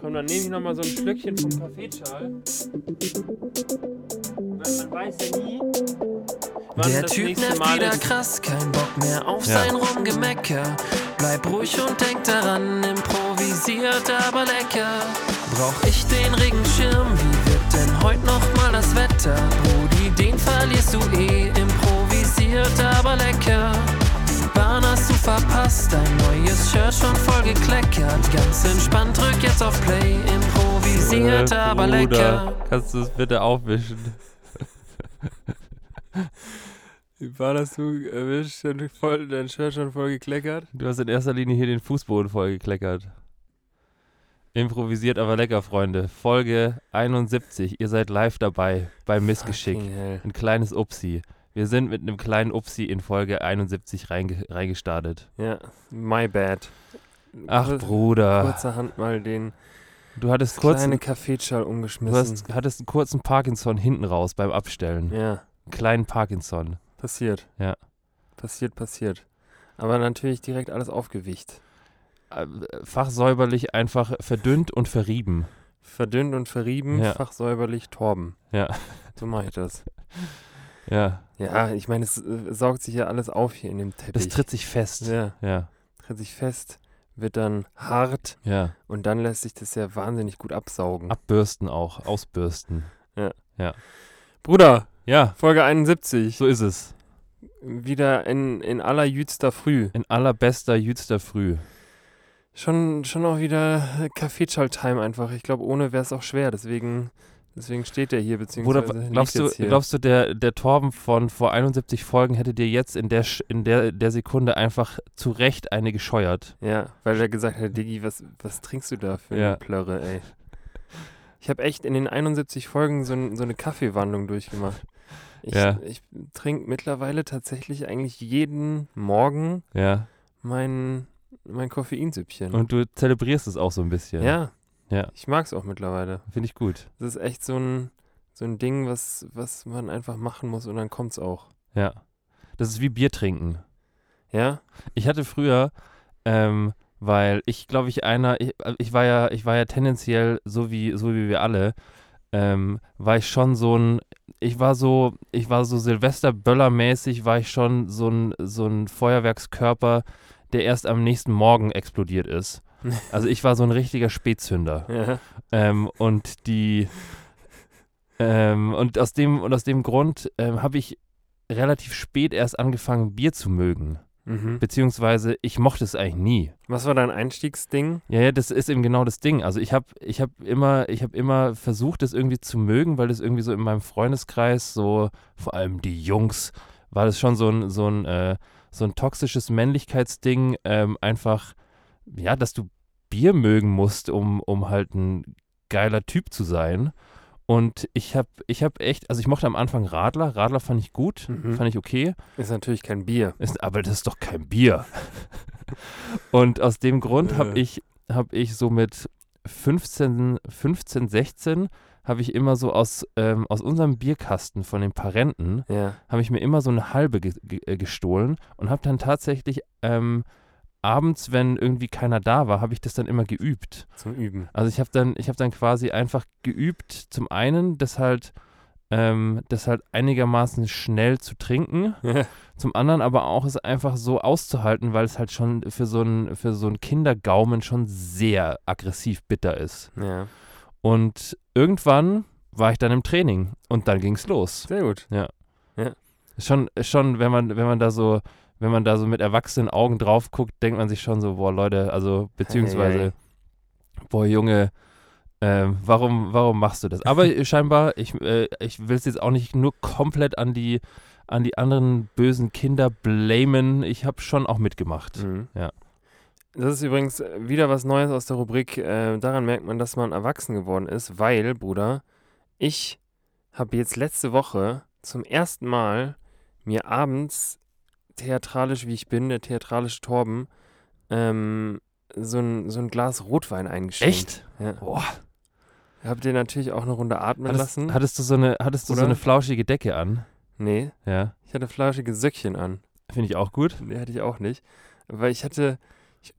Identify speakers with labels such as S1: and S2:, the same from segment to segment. S1: Komm, dann nehme ich nochmal so ein Schlückchen vom Kaffeeschal. Weil man weiß ja nie, wann
S2: Der
S1: das
S2: Typ
S1: nächste
S2: nervt
S1: Mal
S2: wieder
S1: ist.
S2: krass, kein Bock mehr auf
S3: Ja.
S2: sein Rumgemecker. Bleib ruhig und denk daran, improvisiert, aber lecker. Brauch ich den Regenschirm, wie wird denn heute nochmal das Wetter? Brudi, den verlierst du eh, improvisiert, aber lecker. Die Bahn hast du verpasst, dein neues Shirt schon voll gekleckert. Ganz entspannt, drück jetzt auf Play, improvisiert,
S3: Äh,
S2: aber
S3: Bruder,
S2: lecker.
S3: Kannst du es bitte aufwischen?
S1: Wie war das du erwischt, dein, voll, dein Shirt schon voll gekleckert?
S3: Du hast in erster Linie hier den Fußboden vollgekleckert. Improvisiert, aber lecker, Freunde. Folge 71. Ihr seid live dabei bei Missgeschick.
S1: Fucking hell.
S3: Ein kleines Upsi. Wir sind mit einem kleinen Upsi in Folge 71 reinge reingestartet.
S1: Ja, my bad.
S3: Ach,
S1: Kur-
S3: Bruder.
S1: Kurzerhand mal den
S3: Du hattest,
S1: kleinen
S3: kurzen,
S1: Kaffeeschal
S3: du
S1: umgeschmissen.
S3: hast, hattest einen kurzen Parkinson hinten raus beim Abstellen.
S1: Ja,
S3: Einen kleinen Parkinson.
S1: passiert.
S3: Ja.
S1: Passiert, passiert. Aber natürlich direkt alles aufgewicht.
S3: Äh, Fachsäuberlich einfach verdünnt und verrieben.
S1: Verdünnt und verrieben,
S3: Ja.
S1: fachsäuberlich torben.
S3: Ja.
S1: So mache ich das.
S3: Ja,
S1: Ja, ich meine, es äh, saugt sich ja alles auf hier in dem Teppich.
S3: das tritt sich fest.
S1: ja,
S3: Ja,
S1: tritt sich fest, wird dann hart
S3: ja.
S1: und dann lässt sich das ja wahnsinnig gut absaugen.
S3: Abbürsten auch, ausbürsten.
S1: Bruder,
S3: Ja,
S1: Folge 71.
S3: so ist es.
S1: Wieder in, in aller jüdster Früh.
S3: In allerbester jüdster Früh.
S1: Schon, schon auch wieder Kaffeeschall-Time einfach. Ich glaube, ohne wäre es auch schwer. Deswegen, deswegen steht der hier,
S3: Bruder,
S1: beziehungsweise liegt
S3: glaubst du,
S1: jetzt hier.
S3: glaubst du der, der Torben von vor 71 Folgen hätte dir jetzt in der, Sch- in der, der Sekunde einfach zu Recht eine gescheuert?
S1: Ja, weil er gesagt hat, Diggi, was, was trinkst du da für eine
S3: Ja.
S1: Plörre, ey? Ich habe echt in den 71 Folgen so, n- so eine Kaffeewandlung durchgemacht. Ich,
S3: Ja.
S1: ich trinke mittlerweile tatsächlich eigentlich jeden Morgen
S3: Ja.
S1: mein, mein Koffeinsüppchen.
S3: Und du zelebrierst es auch so ein bisschen.
S1: ja.
S3: Ja.
S1: Ich mag's auch mittlerweile.
S3: Finde ich gut.
S1: Das ist echt so ein, so ein Ding, was, was man einfach machen muss und dann kommt's auch.
S3: Ja. Das ist wie Bier trinken.
S1: Ja?
S3: Ich hatte früher, ähm, weil ich glaube ich einer, ich, also ich war ja, ich war ja tendenziell so wie so wie wir alle, ähm, war ich schon so ein, ich war so, ich war so Silvester Böller mäßig, war ich schon so ein so ein Feuerwerkskörper, der erst am nächsten Morgen explodiert ist. Also ich war so ein richtiger Spätzünder.
S1: Ja.
S3: Ähm, und die ähm, und aus dem und aus dem Grund ähm, habe ich relativ spät erst angefangen Bier zu mögen.
S1: Mhm.
S3: Beziehungsweise ich mochte es eigentlich nie.
S1: Was war dein Einstiegsding?
S3: Ja, ja, das ist eben genau das Ding. Also ich habe ich hab immer, ich hab immer versucht, das irgendwie zu mögen, weil das irgendwie so in meinem Freundeskreis, so vor allem die Jungs, war das schon so ein, so ein, äh, so ein toxisches Männlichkeitsding, ähm, einfach, ja, dass du Bier mögen musst, um, um halt ein geiler Typ zu sein. Und ich habe ich hab echt, also ich mochte am Anfang Radler, Radler fand ich gut,
S1: Mhm.
S3: fand ich okay.
S1: Ist natürlich kein Bier.
S3: Ist, aber das ist doch kein Bier. Und aus dem Grund habe
S1: Äh.
S3: ich, hab ich so mit 15, 15 16 habe ich immer so aus, ähm, aus unserem Bierkasten von den Parenten,
S1: Ja.
S3: habe ich mir immer so eine halbe ge ge äh, gestohlen und habe dann tatsächlich ähm, abends, wenn irgendwie keiner da war, habe ich das dann immer geübt.
S1: Zum Üben.
S3: Also ich habe dann, ich habe dann quasi einfach geübt, zum einen das halt, ähm, das halt einigermaßen schnell zu trinken, zum anderen aber auch es einfach so auszuhalten, weil es halt schon für so einen für so einen Kindergaumen schon sehr aggressiv bitter ist.
S1: Ja.
S3: Und irgendwann war ich dann im Training und dann ging's los.
S1: Sehr gut.
S3: Schon, schon, wenn man, wenn man da so, wenn man da so mit erwachsenen Augen drauf guckt, denkt man sich schon so, boah, Leute, also beziehungsweise,
S1: Eieiei.
S3: boah, Junge, ähm, warum, warum machst du das? Aber scheinbar, ich, äh, ich will es jetzt auch nicht nur komplett an die, an die anderen bösen Kinder blamen. Ich habe schon auch mitgemacht.
S1: Mhm.
S3: Ja.
S1: Das ist übrigens äh, wieder was Neues aus der Rubrik. Äh, daran merkt man, dass man erwachsen geworden ist, weil, Bruder, ich habe jetzt letzte Woche zum ersten Mal mir abends theatralisch, wie ich bin, der theatralische Torben, ähm, so, ein, so ein Glas Rotwein eingeschenkt.
S3: Echt?
S1: Ja.
S3: Boah,
S1: Hab dir natürlich auch eine Runde atmen
S3: hattest,
S1: lassen.
S3: hattest du so eine, hattest du so
S1: Oder?
S3: eine flauschige Decke an?
S1: nee,
S3: Ja,
S1: ich hatte flauschige Söckchen an.
S3: finde ich auch gut.
S1: Nee, hatte ich auch nicht. Weil ich hatte, ich,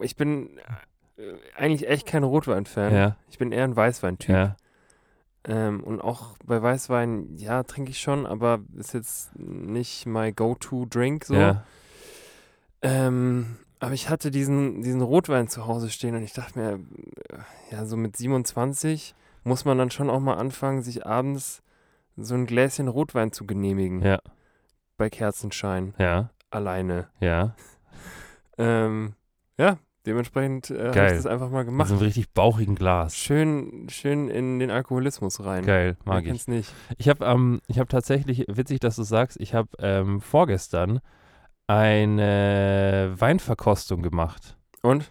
S1: ich bin äh, eigentlich echt kein Rotwein-Fan.
S3: Ja,
S1: Ich bin eher ein Weißwein-Typ.
S3: ja.
S1: Ähm, und auch bei Weißwein, ja, trinke ich schon, aber ist jetzt nicht mein Go-To-Drink so.
S3: ja.
S1: Ähm, aber ich hatte diesen, diesen Rotwein zu Hause stehen und ich dachte mir, äh, ja, so mit 27 muss man dann schon auch mal anfangen, sich abends so ein Gläschen Rotwein zu genehmigen.
S3: Ja.
S1: Bei Kerzenschein,
S3: Ja,
S1: alleine.
S3: ja.
S1: Ähm, ja, dementsprechend äh, habe
S3: Geil. Also
S1: ich das einfach mal
S3: Mit
S1: gemacht.
S3: so einem richtig bauchigen Glas.
S1: Schön, schön in den Alkoholismus rein.
S3: Geil, mag
S1: Wer
S3: ich.
S1: kennt's nicht.
S3: Ich habe ähm, ich hab tatsächlich, witzig, dass du sagst, ich habe ähm, vorgestern eine Weinverkostung gemacht.
S1: Und?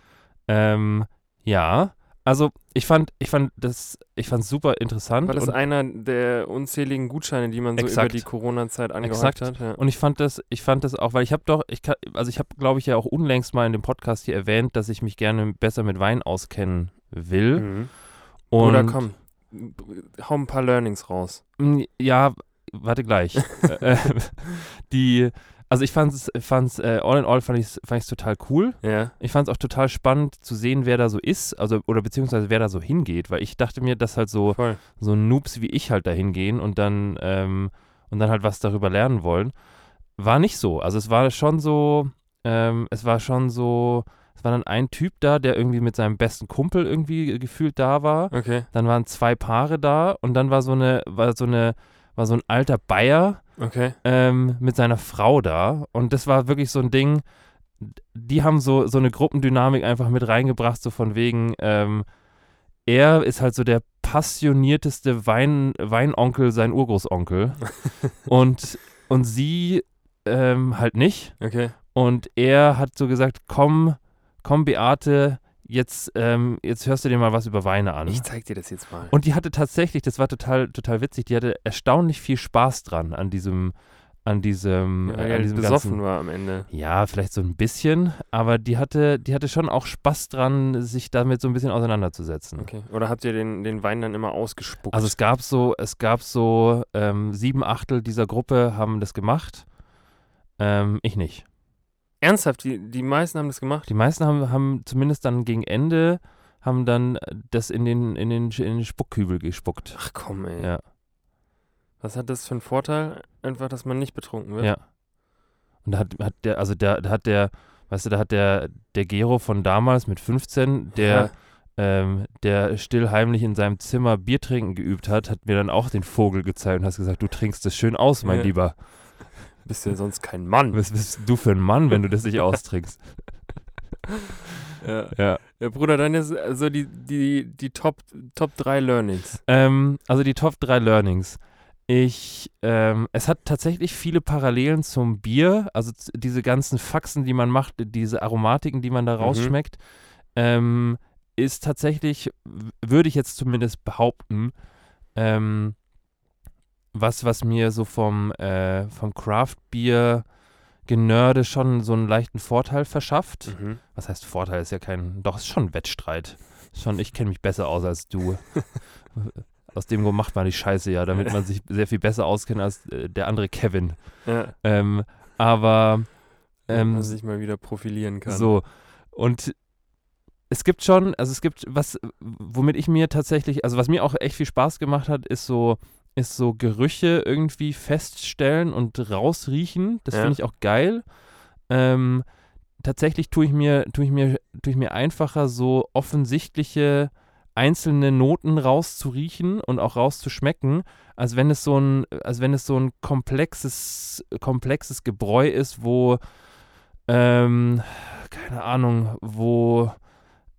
S3: Ähm, ja, also ich fand, ich fand das, ich fand super interessant
S1: War das
S3: Hm? und,
S1: einer der unzähligen Gutscheine, die man so
S3: Exakt.
S1: über die Corona-Zeit angehäuft
S3: Exakt.
S1: hat? Ja.
S3: und ich fand das, ich fand das auch, weil ich habe doch, ich kann, also ich habe, glaube ich, ja auch unlängst mal in dem Podcast hier erwähnt, dass ich mich gerne besser mit Wein auskennen will.
S1: Mhm.
S3: Und,
S1: Oder komm, hau ein paar Learnings raus.
S3: Mm, Ja, warte gleich. Äh, äh, die, also ich fand's, fand's äh, all in all fand ich's, fand ich's total cool.
S1: Ja.
S3: Ich fand's auch total spannend zu sehen, wer da so ist, also oder beziehungsweise wer da so hingeht, weil ich dachte mir, dass halt so
S1: Voll.
S3: so Noobs wie ich halt da hingehen und dann ähm, und dann halt was darüber lernen wollen, war nicht so. Also es war schon so, ähm, es war schon so, es war dann ein Typ da, der irgendwie mit seinem besten Kumpel irgendwie gefühlt da war
S1: Okay,
S3: dann waren zwei Paare da und dann war so eine, war so eine, war so ein alter Bayer
S1: okay.
S3: ähm, mit seiner Frau da und das war wirklich so ein Ding, die haben so, so eine Gruppendynamik einfach mit reingebracht, so von wegen, ähm, er ist halt so der passionierteste Wein, Weinonkel, sein Urgroßonkel und, und sie ähm, halt nicht.
S1: Okay.
S3: Und er hat so gesagt, komm, komm Beate, jetzt, ähm, jetzt hörst du dir mal was über Weine an.
S1: Ich zeig dir das jetzt mal.
S3: Und die hatte tatsächlich, das war total, total witzig, die hatte erstaunlich viel Spaß dran an diesem, an diesem,
S1: Ja,
S3: äh,
S1: weil
S3: an
S1: er
S3: diesem
S1: besoffen
S3: ganzen.
S1: war am Ende.
S3: Ja, vielleicht so ein bisschen, aber die hatte, die hatte schon auch Spaß dran, sich damit so ein bisschen auseinanderzusetzen.
S1: Okay. Oder habt ihr den, den Wein dann immer ausgespuckt?
S3: Also es gab so, es gab so ähm, sieben Achtel dieser Gruppe haben das gemacht. Ähm, ich nicht.
S1: Ernsthaft, die, die meisten haben das gemacht?
S3: Die meisten haben, haben zumindest dann gegen Ende haben dann das in den, in den, in den Spuckkübel gespuckt.
S1: Ach komm, ey.
S3: Ja.
S1: Was hat das für einen Vorteil? Einfach, dass man nicht betrunken wird.
S3: Ja. Und da hat, hat der, also der, da hat der, weißt du, da hat der, der Gero von damals mit 15, der, ähm, der still heimlich in seinem Zimmer Bier trinken geübt hat, hat mir dann auch den Vogel gezeigt und hast gesagt, du trinkst das schön aus, mein
S1: Ja.
S3: Lieber.
S1: Ja, bist ja sonst kein Mann.
S3: Was bist du für ein Mann, wenn du das nicht austrinkst?
S1: Ja.
S3: ja.
S1: ja, Bruder, dann ist also die, die, die Top, Top 3 Learnings.
S3: Ähm, also die Top 3 Learnings. Ich, ähm, es hat tatsächlich viele Parallelen zum Bier, also z- diese ganzen Faxen, die man macht, diese Aromatiken, die man da
S1: Mhm.
S3: rausschmeckt, ähm, ist tatsächlich, w- würde ich jetzt zumindest behaupten, ähm, was, was mir so vom, äh, vom Craft-Bier-Genörde schon so einen leichten Vorteil verschafft
S1: Mhm.
S3: was heißt Vorteil, ist ja kein, doch, ist schon ein Wettstreit. Ist Schon, ich kenne mich besser aus als du. aus dem Grund macht man die Scheiße ja, damit man sich sehr viel besser auskennt als äh, der andere Kevin.
S1: Ja.
S3: Ähm, aber ähm,
S1: dass ich mal wieder profilieren kann.
S3: so, und es gibt schon, also es gibt was, womit ich mir tatsächlich, also was mir auch echt viel Spaß gemacht hat, ist so, ist so Gerüche irgendwie feststellen und rausriechen. Das
S1: Ja.
S3: finde ich auch geil. Ähm, tatsächlich tue ich mir, tue ich mir, tue ich mir einfacher, so offensichtliche einzelne Noten rauszuriechen und auch rauszuschmecken, als wenn es so ein, als wenn es so ein komplexes, komplexes Gebräu ist, wo, ähm, keine Ahnung, wo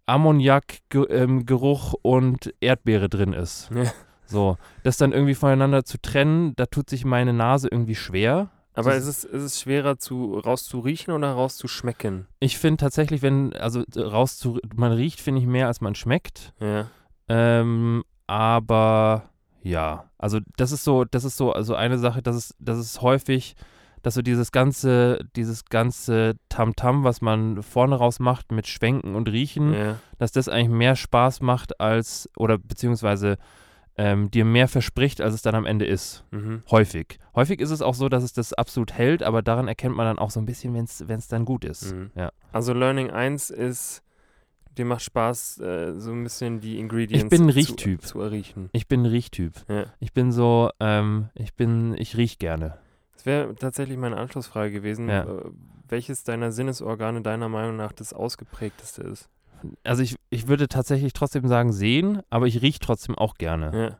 S3: Ammoniak-Geruch ähm, Geruch und Erdbeere drin ist.
S1: Ja.
S3: So, das dann irgendwie voneinander zu trennen, da tut sich meine Nase irgendwie schwer.
S1: Aber
S3: Das-
S1: ist es, ist es schwerer zu, rauszuriechen oder rauszuschmecken?
S3: Ich finde tatsächlich, wenn, also äh, raus zu, man riecht, finde ich mehr, als man schmeckt.
S1: Ja.
S3: Ähm, aber ja, also das ist so, das ist so, also eine Sache, das ist, das ist häufig, dass so dieses ganze, dieses ganze Tamtam, was man vorne raus macht mit Schwenken und Riechen,
S1: ja.
S3: dass das eigentlich mehr Spaß macht als, oder beziehungsweise ähm, dir mehr verspricht, als es dann am Ende ist.
S1: Mhm.
S3: Häufig. Häufig ist es auch so, dass es das absolut hält, aber daran erkennt man dann auch so ein bisschen, wenn es dann gut ist.
S1: Mhm.
S3: Ja.
S1: Also Learning 1 ist dem macht Spaß, äh, so ein bisschen die Ingredients
S3: Ich bin ein
S1: zu-
S3: Riechtyp.
S1: zu erriechen.
S3: Ich bin ein Riechtyp.
S1: Ja.
S3: Ich bin so, ähm, ich bin, ich riech gerne.
S1: Das wäre tatsächlich meine Anschlussfrage gewesen.
S3: Ja.
S1: Äh, welches deiner Sinnesorgane deiner Meinung nach das ausgeprägteste ist?
S3: Also ich, ich würde tatsächlich trotzdem sagen sehen, aber ich riech trotzdem auch gerne.
S1: Ja. Du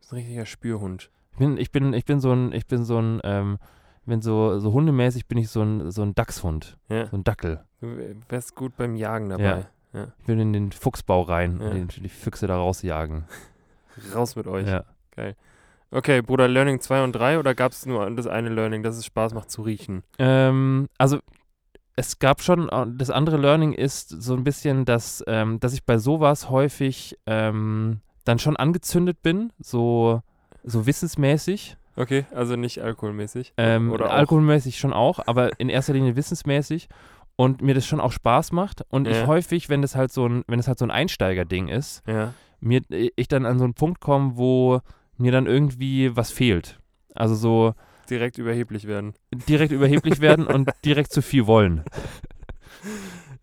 S1: bist ein richtiger Spürhund.
S3: Ich bin, ich bin, ich bin so ein, ich bin so ein, ähm, wenn so, so hundemäßig bin ich so ein, so ein Dachshund,
S1: Ja.
S3: so ein Dackel.
S1: Du wärst gut beim Jagen dabei.
S3: Ja. Ich bin in den Fuchsbau rein
S1: Ja.
S3: und den, die Füchse da rausjagen.
S1: Raus mit euch.
S3: Ja.
S1: Okay, Bruder, Learning 2 und 3 oder gab es nur das eine Learning, dass es Spaß macht zu riechen?
S3: Ähm, also es gab schon, äh, das andere Learning ist so ein bisschen, dass, ähm, dass ich bei sowas häufig ähm, dann schon angezündet bin, so, so wissensmäßig.
S1: Okay, also nicht alkoholmäßig.
S3: Ähm,
S1: Oder auch.
S3: alkoholmäßig schon auch, aber in erster Linie wissensmäßig und mir das schon auch Spaß macht und
S1: Ja.
S3: ich häufig, wenn das halt so ein, wenn das halt so ein Einsteigerding ist,
S1: Ja.
S3: mir äh, ich dann an so einen Punkt komme, wo mir dann irgendwie was fehlt. Also so
S1: Direkt überheblich werden.
S3: direkt überheblich werden und direkt zu viel wollen.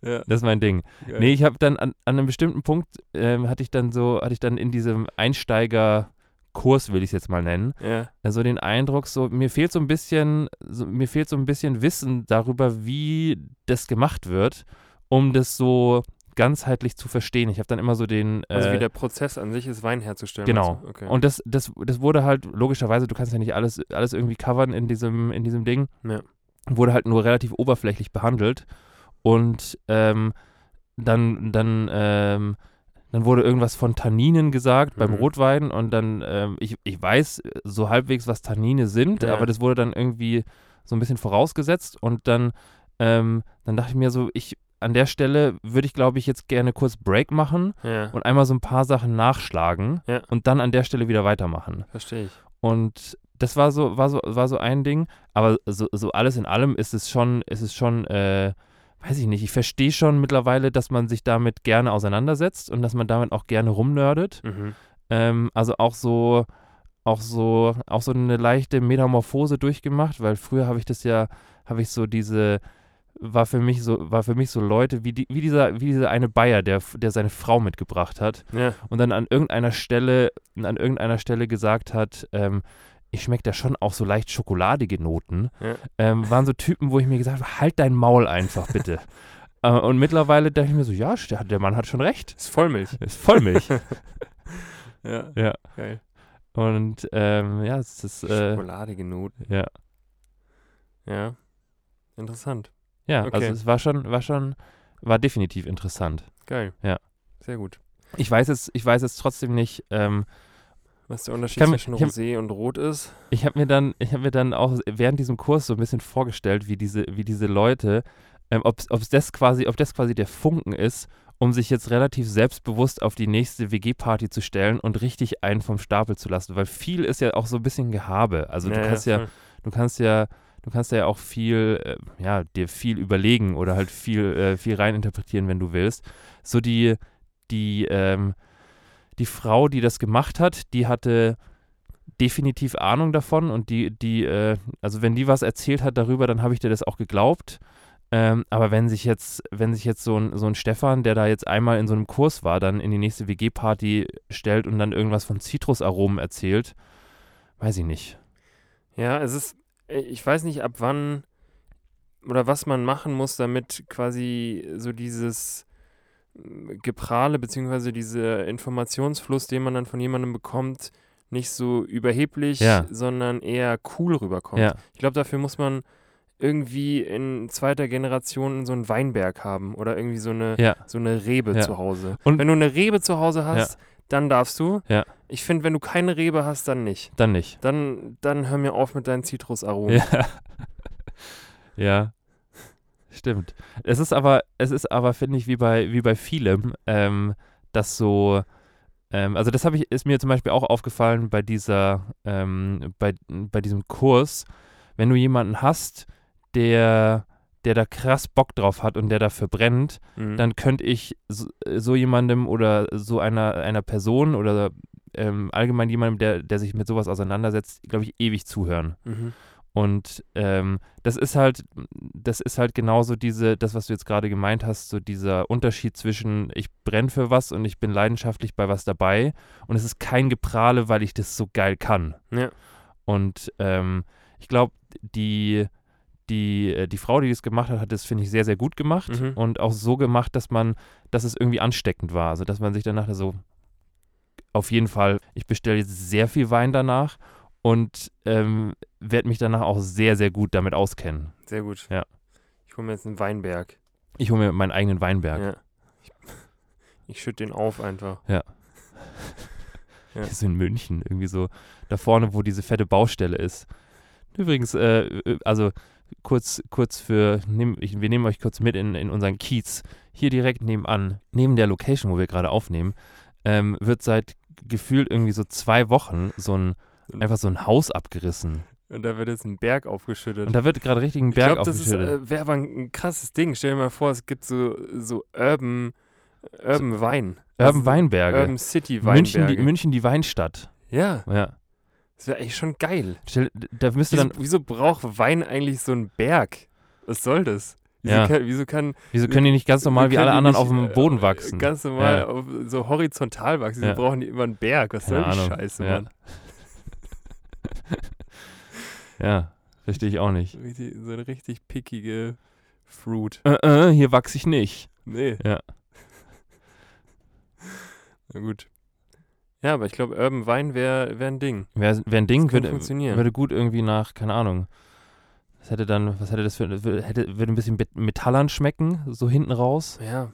S1: Ja.
S3: Das ist mein Ding.
S1: Geil.
S3: Nee, ich habe dann an, an einem bestimmten Punkt ähm, hatte ich dann so, hatte ich dann in diesem Einsteigerkurs, will ich es jetzt mal nennen,
S1: Ja.
S3: also den Eindruck, so mir fehlt so ein bisschen, so, mir fehlt so ein bisschen Wissen darüber, wie das gemacht wird, um das so ganzheitlich zu verstehen. Ich habe dann immer so den
S1: Also
S3: äh,
S1: wie der Prozess an sich ist, Wein herzustellen.
S3: Genau.
S1: meinst du? Okay.
S3: und das, das, das wurde halt, logischerweise, du kannst ja nicht alles, alles irgendwie covern in diesem, in diesem Ding.
S1: Ja.
S3: Wurde halt nur relativ oberflächlich behandelt. Und ähm, dann, dann, ähm, dann wurde irgendwas von Tanninen gesagt beim
S1: Mhm.
S3: Rotwein und dann, ähm, ich, ich weiß so halbwegs, was Tannine sind,
S1: Ja.
S3: aber das wurde dann irgendwie so ein bisschen vorausgesetzt und dann, ähm, dann dachte ich mir so, ich, an der Stelle würde ich, glaube ich, jetzt gerne kurz Break machen
S1: ja,
S3: und einmal so ein paar Sachen nachschlagen
S1: Ja.
S3: und dann an der Stelle wieder weitermachen.
S1: verstehe ich.
S3: Und das war so, war so, war so ein Ding. Aber so, so alles in allem ist es schon, ist es schon, äh, weiß ich nicht, ich verstehe schon mittlerweile, dass man sich damit gerne auseinandersetzt und dass man damit auch gerne rumnerdet.
S1: Mhm.
S3: Ähm, also auch so, auch so, auch so eine leichte Metamorphose durchgemacht, weil früher habe ich das ja, habe ich so diese war für mich so war für mich so Leute wie die, wie dieser wie dieser eine Bayer der der seine Frau mitgebracht hat
S1: Ja,
S3: und dann an irgendeiner Stelle, an irgendeiner Stelle gesagt hat, ähm, ich schmecke da schon auch so leicht schokoladige Noten,
S1: Ja.
S3: ähm, waren so Typen, wo ich mir gesagt habe, halt dein Maul einfach bitte. äh, und mittlerweile dachte ich mir so, ja, der, der Mann hat schon recht.
S1: ist Vollmilch.
S3: Ist Vollmilch.
S1: Ja,
S3: Ja.
S1: geil.
S3: und ähm, ja, es ist, äh,
S1: Schokoladige Noten.
S3: ja,
S1: Ja, interessant.
S3: ja
S1: Okay.
S3: also es war schon, war schon, war definitiv interessant.
S1: Geil.
S3: Ja.
S1: Sehr gut.
S3: Ich weiß jetzt, ich weiß jetzt trotzdem nicht, ähm,
S1: Was der Unterschied
S3: Kann-
S1: zwischen
S3: ich hab-
S1: Rosé und Rot ist?
S3: Ich habe mir dann, ich habe mir dann auch während diesem Kurs so ein bisschen vorgestellt, wie diese, wie diese Leute, ähm, ob, ob's das quasi, ob das quasi der Funken ist, um sich jetzt relativ selbstbewusst auf die nächste WG-Party zu stellen und richtig einen vom Stapel zu lassen, weil viel ist ja auch so ein bisschen Gehabe. Also du
S1: Naja, Hm.
S3: kannst ja,
S1: voll.
S3: du kannst ja, du kannst ja auch viel, äh, ja, dir viel überlegen oder halt viel, äh, viel reininterpretieren, wenn du willst. So die, die, ähm, die Frau, die das gemacht hat, die hatte definitiv Ahnung davon und die, die, äh, also wenn die was erzählt hat darüber, dann habe ich dir das auch geglaubt. Ähm, aber wenn sich jetzt, wenn sich jetzt so ein, so ein Stefan, der da jetzt einmal in so einem Kurs war, dann in die nächste WG-Party stellt und dann irgendwas von Zitrusaromen erzählt, weiß ich nicht.
S1: Ja, es ist, äh, ich weiß nicht, ab wann oder was man machen muss, damit quasi so dieses mm, Geprahle beziehungsweise dieser Informationsfluss, den man dann von jemandem bekommt, nicht so überheblich,
S3: Ja.
S1: sondern eher cool rüberkommt.
S3: Ja.
S1: Ich glaube, dafür muss man irgendwie in zweiter Generation so einen Weinberg haben oder irgendwie so eine,
S3: Ja.
S1: so eine Rebe
S3: Ja.
S1: zu Hause. Und
S3: Und-
S1: wenn du eine Rebe zu Hause hast, dann darfst du.
S3: Ja.
S1: Ich finde, wenn du keine Rebe hast, dann nicht.
S3: Dann nicht.
S1: Dann, dann hör mir auf mit deinen Zitrusaromen.
S3: Ja. ja. Stimmt. Es ist aber, es ist aber, finde ich, wie bei, wie bei vielem, ähm, dass so, ähm, also das habe ich, ist mir zum Beispiel auch aufgefallen bei dieser, ähm, bei, bei diesem Kurs, wenn du jemanden hast, der, der da krass Bock drauf hat und der dafür brennt,
S1: Mhm.
S3: dann könnte ich so, so jemandem oder so einer, einer Person oder ähm, allgemein jemandem, der, der sich mit sowas auseinandersetzt, glaube ich, ewig zuhören.
S1: mhm.
S3: Und ähm, das ist halt, das ist halt genauso diese, das, was du jetzt gerade gemeint hast, so dieser Unterschied zwischen ich brenne für was und ich bin leidenschaftlich bei was dabei und es ist kein Geprahle, weil ich das so geil kann.
S1: Ja.
S3: Und ähm, ich glaube, die, die, äh, die Frau, die das gemacht hat, hat das, finde ich, sehr, sehr gut gemacht
S1: Mhm.
S3: und auch so gemacht, dass man, dass es irgendwie ansteckend war. Also dass man sich danach so, auf jeden Fall, ich bestelle jetzt sehr viel Wein danach und ähm, werde mich danach auch sehr, sehr gut damit auskennen.
S1: Sehr gut.
S3: Ja.
S1: Ich hole mir jetzt einen Weinberg.
S3: Ich hole mir meinen eigenen Weinberg.
S1: Ja. Ich, ich schütte den auf einfach. Ja.
S3: Hier so in München, irgendwie so da vorne, wo diese fette Baustelle ist. Übrigens, äh, äh, also kurz, kurz für, nehm, ich, wir nehmen euch kurz mit in, in unseren Kiez. Hier direkt nebenan, neben der Location, wo wir gerade aufnehmen, ähm, wird seit gefühlt irgendwie so zwei Wochen so ein, einfach so ein Haus abgerissen.
S1: Und da wird jetzt ein Berg aufgeschüttet.
S3: Und da wird gerade richtig ein
S1: ich
S3: Berg
S1: glaube, das ist,
S3: aufgeschüttet.
S1: äh, wäre aber ein ein krasses Ding. Stell dir mal vor, es gibt so, so Urban, Urban Wein.
S3: Urban Weinberge.
S1: Urban City
S3: München,
S1: Weinberge.
S3: die, München die Weinstadt.
S1: ja,
S3: Ja.
S1: das wäre eigentlich schon geil.
S3: Stell, da müsste
S1: Wieso,
S3: dann,
S1: wieso braucht Wein eigentlich so einen Berg? Was soll das? Wieso
S3: Ja.
S1: kann, wieso kann
S3: wieso können die nicht ganz normal wie
S1: können
S3: alle
S1: die
S3: anderen
S1: nicht,
S3: auf dem
S1: äh,
S3: Boden wachsen?
S1: Ganz normal
S3: Ja.
S1: auf, so horizontal wachsen.
S3: Ja.
S1: Wieso brauchen die immer einen Berg? Was soll
S3: Keine
S1: die
S3: Ahnung.
S1: Scheiße,
S3: Ja.
S1: Mann?
S3: ja, verstehe ich auch nicht.
S1: Richtig, so eine richtig pickige Fruit.
S3: Äh, äh, hier wachse ich nicht.
S1: Nee.
S3: Ja.
S1: Na gut. Ja, aber ich glaube, Urban Wein wäre wär ein Ding.
S3: Wäre wär ein Ding,
S1: Das könnte
S3: würde,
S1: funktionieren.
S3: würde gut irgendwie nach, keine Ahnung. Was hätte dann, was hätte das für, wür- hätte, würde ein bisschen bet- metallern schmecken, so hinten raus.
S1: Ja.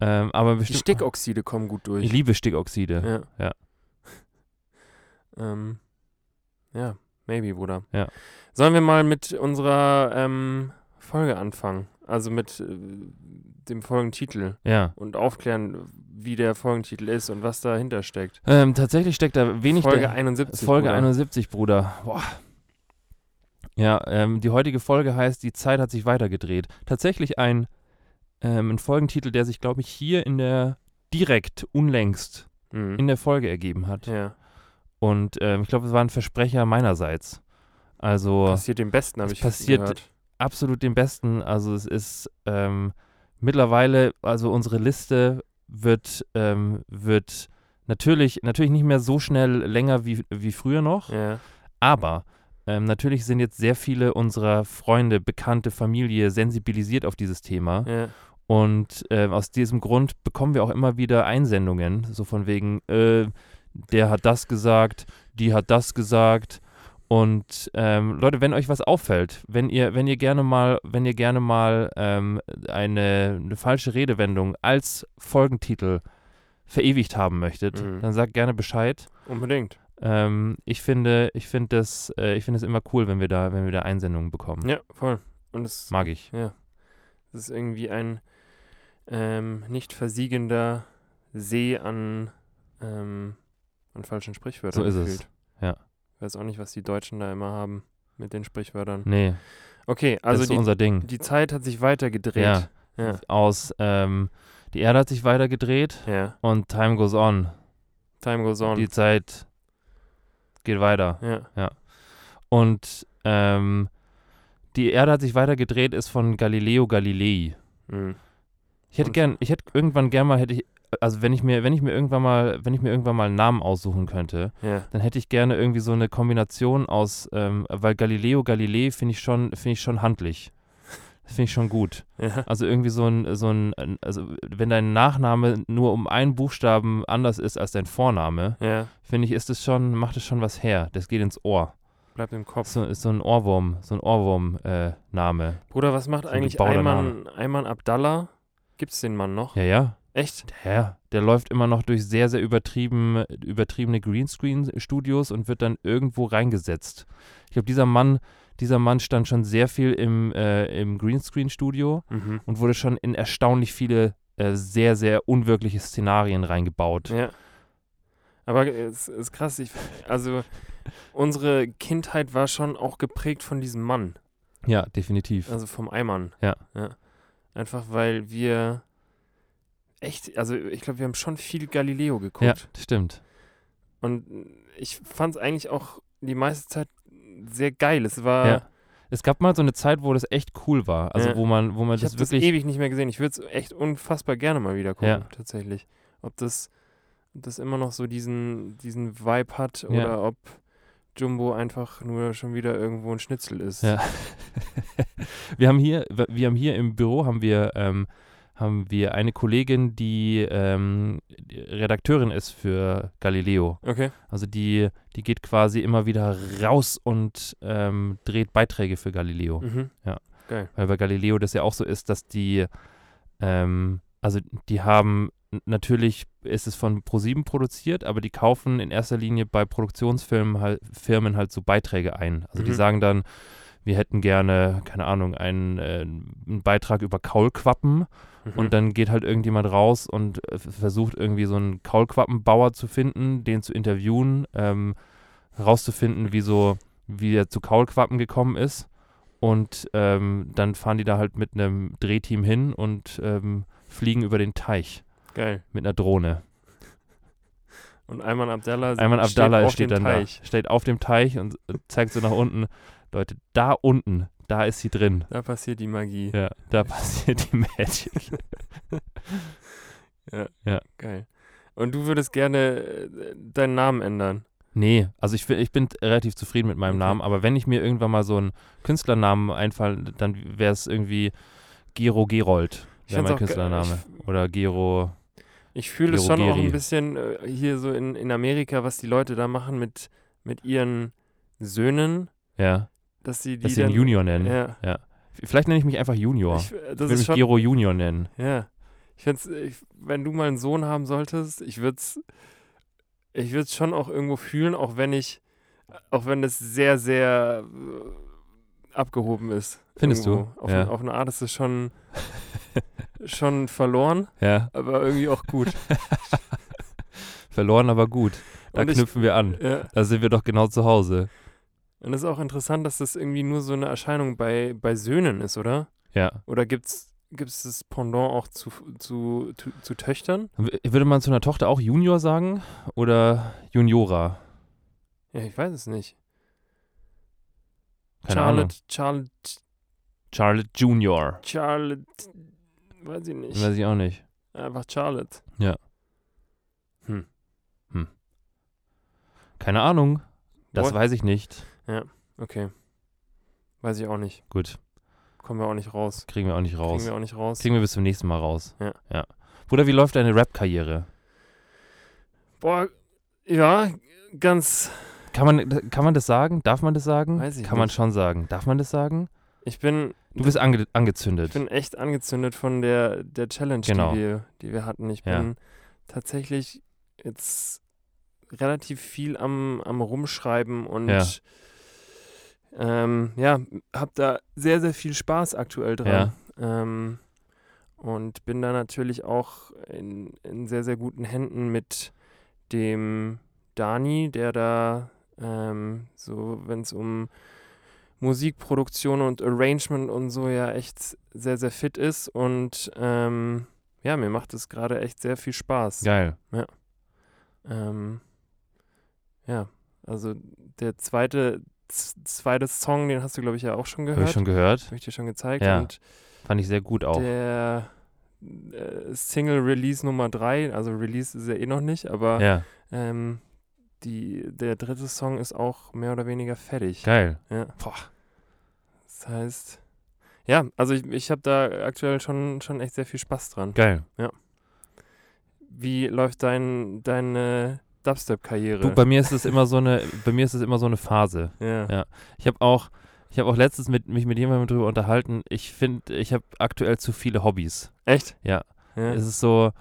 S3: Ähm, aber
S1: Die
S3: bestimmt.
S1: Stickoxide kommen gut durch.
S3: ich liebe Stickoxide.
S1: Ja.
S3: Ja.
S1: ähm, ja, maybe, Bruder.
S3: Ja.
S1: Sollen wir mal mit unserer ähm, Folge anfangen? Also mit äh, dem Folgentitel
S3: Ja.
S1: und aufklären, wie der Folgentitel ist und was dahinter steckt.
S3: Ähm, tatsächlich steckt da wenig
S1: Folge
S3: der-
S1: 71.
S3: Folge
S1: Bruder.
S3: 71, Bruder. Boah. Ja, ähm, die heutige Folge heißt Die Zeit hat sich weitergedreht. Tatsächlich ein, ähm, ein Folgentitel, der sich, glaube ich, hier in der direkt unlängst
S1: Mhm.
S3: in der Folge ergeben hat.
S1: Ja.
S3: Und ähm, ich glaube, es war ein Versprecher meinerseits. Also
S1: Passiert dem Besten, habe
S3: Es
S1: ich
S3: passiert-
S1: gehört.
S3: absolut den besten. Also es ist ähm, mittlerweile, also unsere Liste wird, ähm, wird natürlich, natürlich nicht mehr so schnell länger wie, wie früher noch.
S1: Ja.
S3: Aber ähm, natürlich sind jetzt sehr viele unserer Freunde, Bekannte, Familie sensibilisiert auf dieses Thema.
S1: Ja.
S3: Und ähm, aus diesem Grund bekommen wir auch immer wieder Einsendungen, so von wegen, äh, der hat das gesagt, die hat das gesagt. Und ähm, Leute, wenn euch was auffällt, wenn ihr, wenn ihr gerne mal, wenn ihr gerne mal ähm, eine, eine falsche Redewendung als Folgentitel verewigt haben möchtet,
S1: Mhm.
S3: dann sagt gerne Bescheid.
S1: Unbedingt.
S3: Ähm, ich finde, ich finde das, äh, ich finde es immer cool, wenn wir da, wenn wir da Einsendungen bekommen.
S1: Ja, voll. Und es
S3: Mag ich.
S1: Es ist irgendwie ein ähm, nicht versiegender See an, ähm, an falschen Sprichwörtern.
S3: So ist es,
S1: gefühlt.
S3: ja.
S1: Ich weiß auch nicht, was die Deutschen da immer haben mit den Sprichwörtern.
S3: Nee,
S1: Okay,
S3: also Hm. das
S1: also
S3: ist
S1: die,
S3: unser Ding.
S1: die Zeit hat sich weitergedreht.
S3: Ja.
S1: Ja.
S3: Aus, ähm, die Erde hat sich weitergedreht
S1: ja.
S3: und Time goes on.
S1: Time goes on.
S3: Die Zeit geht weiter.
S1: ja.
S3: Und ähm, die Erde hat sich weitergedreht ist von Galileo Galilei.
S1: Mhm.
S3: Ich hätte
S1: Und-
S3: gern, ich hätte irgendwann gern mal, hätte ich, also wenn ich mir, wenn ich mir irgendwann mal, wenn ich mir irgendwann mal einen Namen aussuchen könnte,
S1: ja.
S3: dann hätte ich gerne irgendwie so eine Kombination aus, ähm, weil Galileo Galilei finde ich schon, finde ich schon handlich. Das finde ich schon gut.
S1: Ja.
S3: Also irgendwie so ein, so ein, also wenn dein Nachname nur um einen Buchstaben anders ist als dein Vorname,
S1: Ja.
S3: finde ich, ist es schon, macht es schon was her. Das geht ins Ohr.
S1: Bleibt im Kopf.
S3: So, ist so ein Ohrwurm, äh, so ein Ohrwurm-Name.
S1: Bruder, was macht
S3: So ein
S1: eigentlich
S3: gebauter
S1: Ayman, Ayman Abdallah? Gibt's den Mann noch?
S3: ja, ja.
S1: Echt?
S3: Der, der läuft immer noch durch sehr, sehr übertrieben, übertriebene Greenscreen-Studios und wird dann irgendwo reingesetzt. Ich glaube, dieser Mann, dieser Mann stand schon sehr viel im, äh, im Greenscreen-Studio
S1: Mhm.
S3: und wurde schon in erstaunlich viele äh, sehr, sehr unwirkliche Szenarien reingebaut.
S1: Ja. Aber es ist krass, ich, also unsere Kindheit war schon auch geprägt von diesem Mann,
S3: Ja, definitiv.
S1: also vom Eimann.
S3: Ja.
S1: Einfach weil wir echt, also ich glaube, wir haben schon viel Galileo geguckt.
S3: Ja, das stimmt.
S1: Und ich fand es eigentlich auch die meiste Zeit sehr geil. Es war
S3: Ja. Es gab mal so eine Zeit, wo das echt cool war. Also
S1: Ja.
S3: wo man, wo man
S1: Ich habe
S3: das
S1: das
S3: wirklich.
S1: ewig nicht mehr gesehen. Ich würde es echt unfassbar gerne mal wieder gucken,
S3: Ja.
S1: tatsächlich. Ob das, ob das immer noch so diesen, diesen Vibe hat oder ob Jumbo einfach nur schon wieder irgendwo ein Schnitzel ist.
S3: Ja. wir haben hier, wir haben hier im Büro haben wir, ähm, haben wir eine Kollegin, die ähm, Redakteurin ist für Galileo.
S1: Okay.
S3: Also die, die geht quasi immer wieder raus und ähm, dreht Beiträge für Galileo.
S1: Mhm.
S3: Weil bei Galileo das ja auch so ist, dass die, ähm, also die haben, n- natürlich ist es von ProSieben produziert, aber die kaufen in erster Linie bei Produktionsfirmen halt, Firmen halt so Beiträge ein. Also die
S1: Mhm.
S3: sagen dann, wir hätten gerne, keine Ahnung, einen, äh, einen Beitrag über Kaulquappen
S1: Mhm.
S3: und dann geht halt irgendjemand raus und äh, f- versucht irgendwie so einen Kaulquappenbauer zu finden, den zu interviewen, ähm, rauszufinden, wie so, wie er zu Kaulquappen gekommen ist. Und ähm, dann fahren die da halt mit einem Drehteam hin und ähm, fliegen über den Teich
S1: Geil.
S3: mit einer Drohne.
S1: Und Ayman Abdallah
S3: Einmal Abdallah
S1: Also auf
S3: steht
S1: dem
S3: dann
S1: Teich.
S3: da, steht auf dem Teich und äh, zeigt so nach unten, Leute, da unten, da ist sie drin.
S1: Da passiert die Magie.
S3: Ja, da passiert die Magic.
S1: Geil. Und du würdest gerne äh, deinen Namen ändern.
S3: Nee, also ich, fi- ich bin relativ zufrieden mit meinem
S1: Okay.
S3: Namen, aber wenn ich mir irgendwann mal so einen Künstlernamen einfallen, dann wäre es irgendwie Gero Gerold,
S1: Ich find's
S3: wäre mein
S1: auch ge-
S3: Künstlername. Oder Gero,
S1: Ich fühle es schon auch
S3: Girogiri.
S1: ein bisschen äh, hier so in, in Amerika, was die Leute da machen mit, mit ihren Söhnen,
S3: ja,
S1: dass sie die
S3: dass sie
S1: dann,
S3: ihn Junior nennen.
S1: Ja.
S3: Vielleicht nenne ich mich einfach Junior.
S1: Ich, das
S3: Ich will
S1: ist
S3: mich
S1: schon,
S3: Gero Junior nennen.
S1: ja. Ich find's, ich, wenn du mal einen Sohn haben solltest, ich würde es ich würd's schon auch irgendwo fühlen, auch wenn ich, auch wenn das sehr, sehr äh, abgehoben ist.
S3: Findest du?
S1: irgendwo. Oh, Auf,
S3: Ja.
S1: auf eine Art ist es schon, schon verloren,
S3: Ja,
S1: aber irgendwie auch gut.
S3: verloren, aber gut. Da
S1: Und ich-
S3: knüpfen wir an.
S1: ja.
S3: Da sind wir doch genau zu Hause.
S1: Und es ist auch interessant, dass das irgendwie nur so eine Erscheinung bei, bei Söhnen ist, oder?
S3: Ja.
S1: Oder gibt's gibt's das Pendant auch zu, zu, zu, zu Töchtern?
S3: W- Würde man zu einer Tochter auch Junior sagen oder Juniora?
S1: Ja, ich weiß es nicht.
S3: Keine Ahnung.
S1: Charlotte, Charlotte
S3: Charlotte Junior.
S1: Charlotte. Weiß ich nicht.
S3: Weiß ich auch nicht.
S1: Einfach Charlotte.
S3: Keine Ahnung. Das
S1: What?
S3: weiß ich nicht.
S1: Okay. Weiß ich auch nicht.
S3: Gut,
S1: Kommen wir auch nicht raus.
S3: kriegen wir auch nicht raus.
S1: Kriegen wir auch nicht raus.
S3: Kriegen wir bis zum nächsten Mal raus.
S1: Ja.
S3: Bruder, wie läuft deine Rap-Karriere?
S1: Boah, ja, ganz.
S3: Kann man, kann man das sagen? Darf man das sagen?
S1: Weiß ich
S3: kann man
S1: nicht.
S3: schon sagen. Darf man das sagen?
S1: Ich bin,
S3: Du bist ange angezündet.
S1: ich bin echt angezündet von der, der Challenge,
S3: Genau.
S1: die, wir, die wir hatten. Ich
S3: Ja.
S1: bin tatsächlich jetzt relativ viel am, am Rumschreiben und
S3: Ja.
S1: ähm, ja, hab da sehr, sehr viel Spaß aktuell dran. Ähm, und bin da natürlich auch in, in sehr, sehr guten Händen mit dem Dani, der da ähm, so, wenn es um Musikproduktion und Arrangement und so ja echt sehr, sehr fit ist. Und ähm, ja, mir macht es gerade echt sehr viel Spaß.
S3: Geil.
S1: Ähm, ja, also der zweite, z- zweite Song, den hast du, glaube ich, ja auch schon
S3: Habe
S1: gehört.
S3: ich schon gehört.
S1: Habe ich dir schon gezeigt.
S3: Ja,
S1: Und
S3: Fand ich sehr gut auch.
S1: der äh, Single Release Nummer 3, also Release ist er eh noch nicht, aber
S3: Ja,
S1: ähm, die, der dritte Song ist auch mehr oder weniger fertig.
S3: geil.
S1: Ja.
S3: Boah.
S1: Das heißt, ja, also ich, ich habe da aktuell schon, schon echt sehr viel Spaß dran.
S3: Geil.
S1: Wie läuft dein, deine Dubstep-Karriere?
S3: Du, bei mir ist es immer so eine, bei mir ist es immer so eine Phase.
S1: ja.
S3: Ja. Ich habe auch, ich habe auch letztens mit, mich mit jemandem drüber unterhalten. Ich finde, ich habe aktuell zu viele Hobbys.
S1: Echt?
S3: Ja.
S1: Ja.
S3: Es ist so,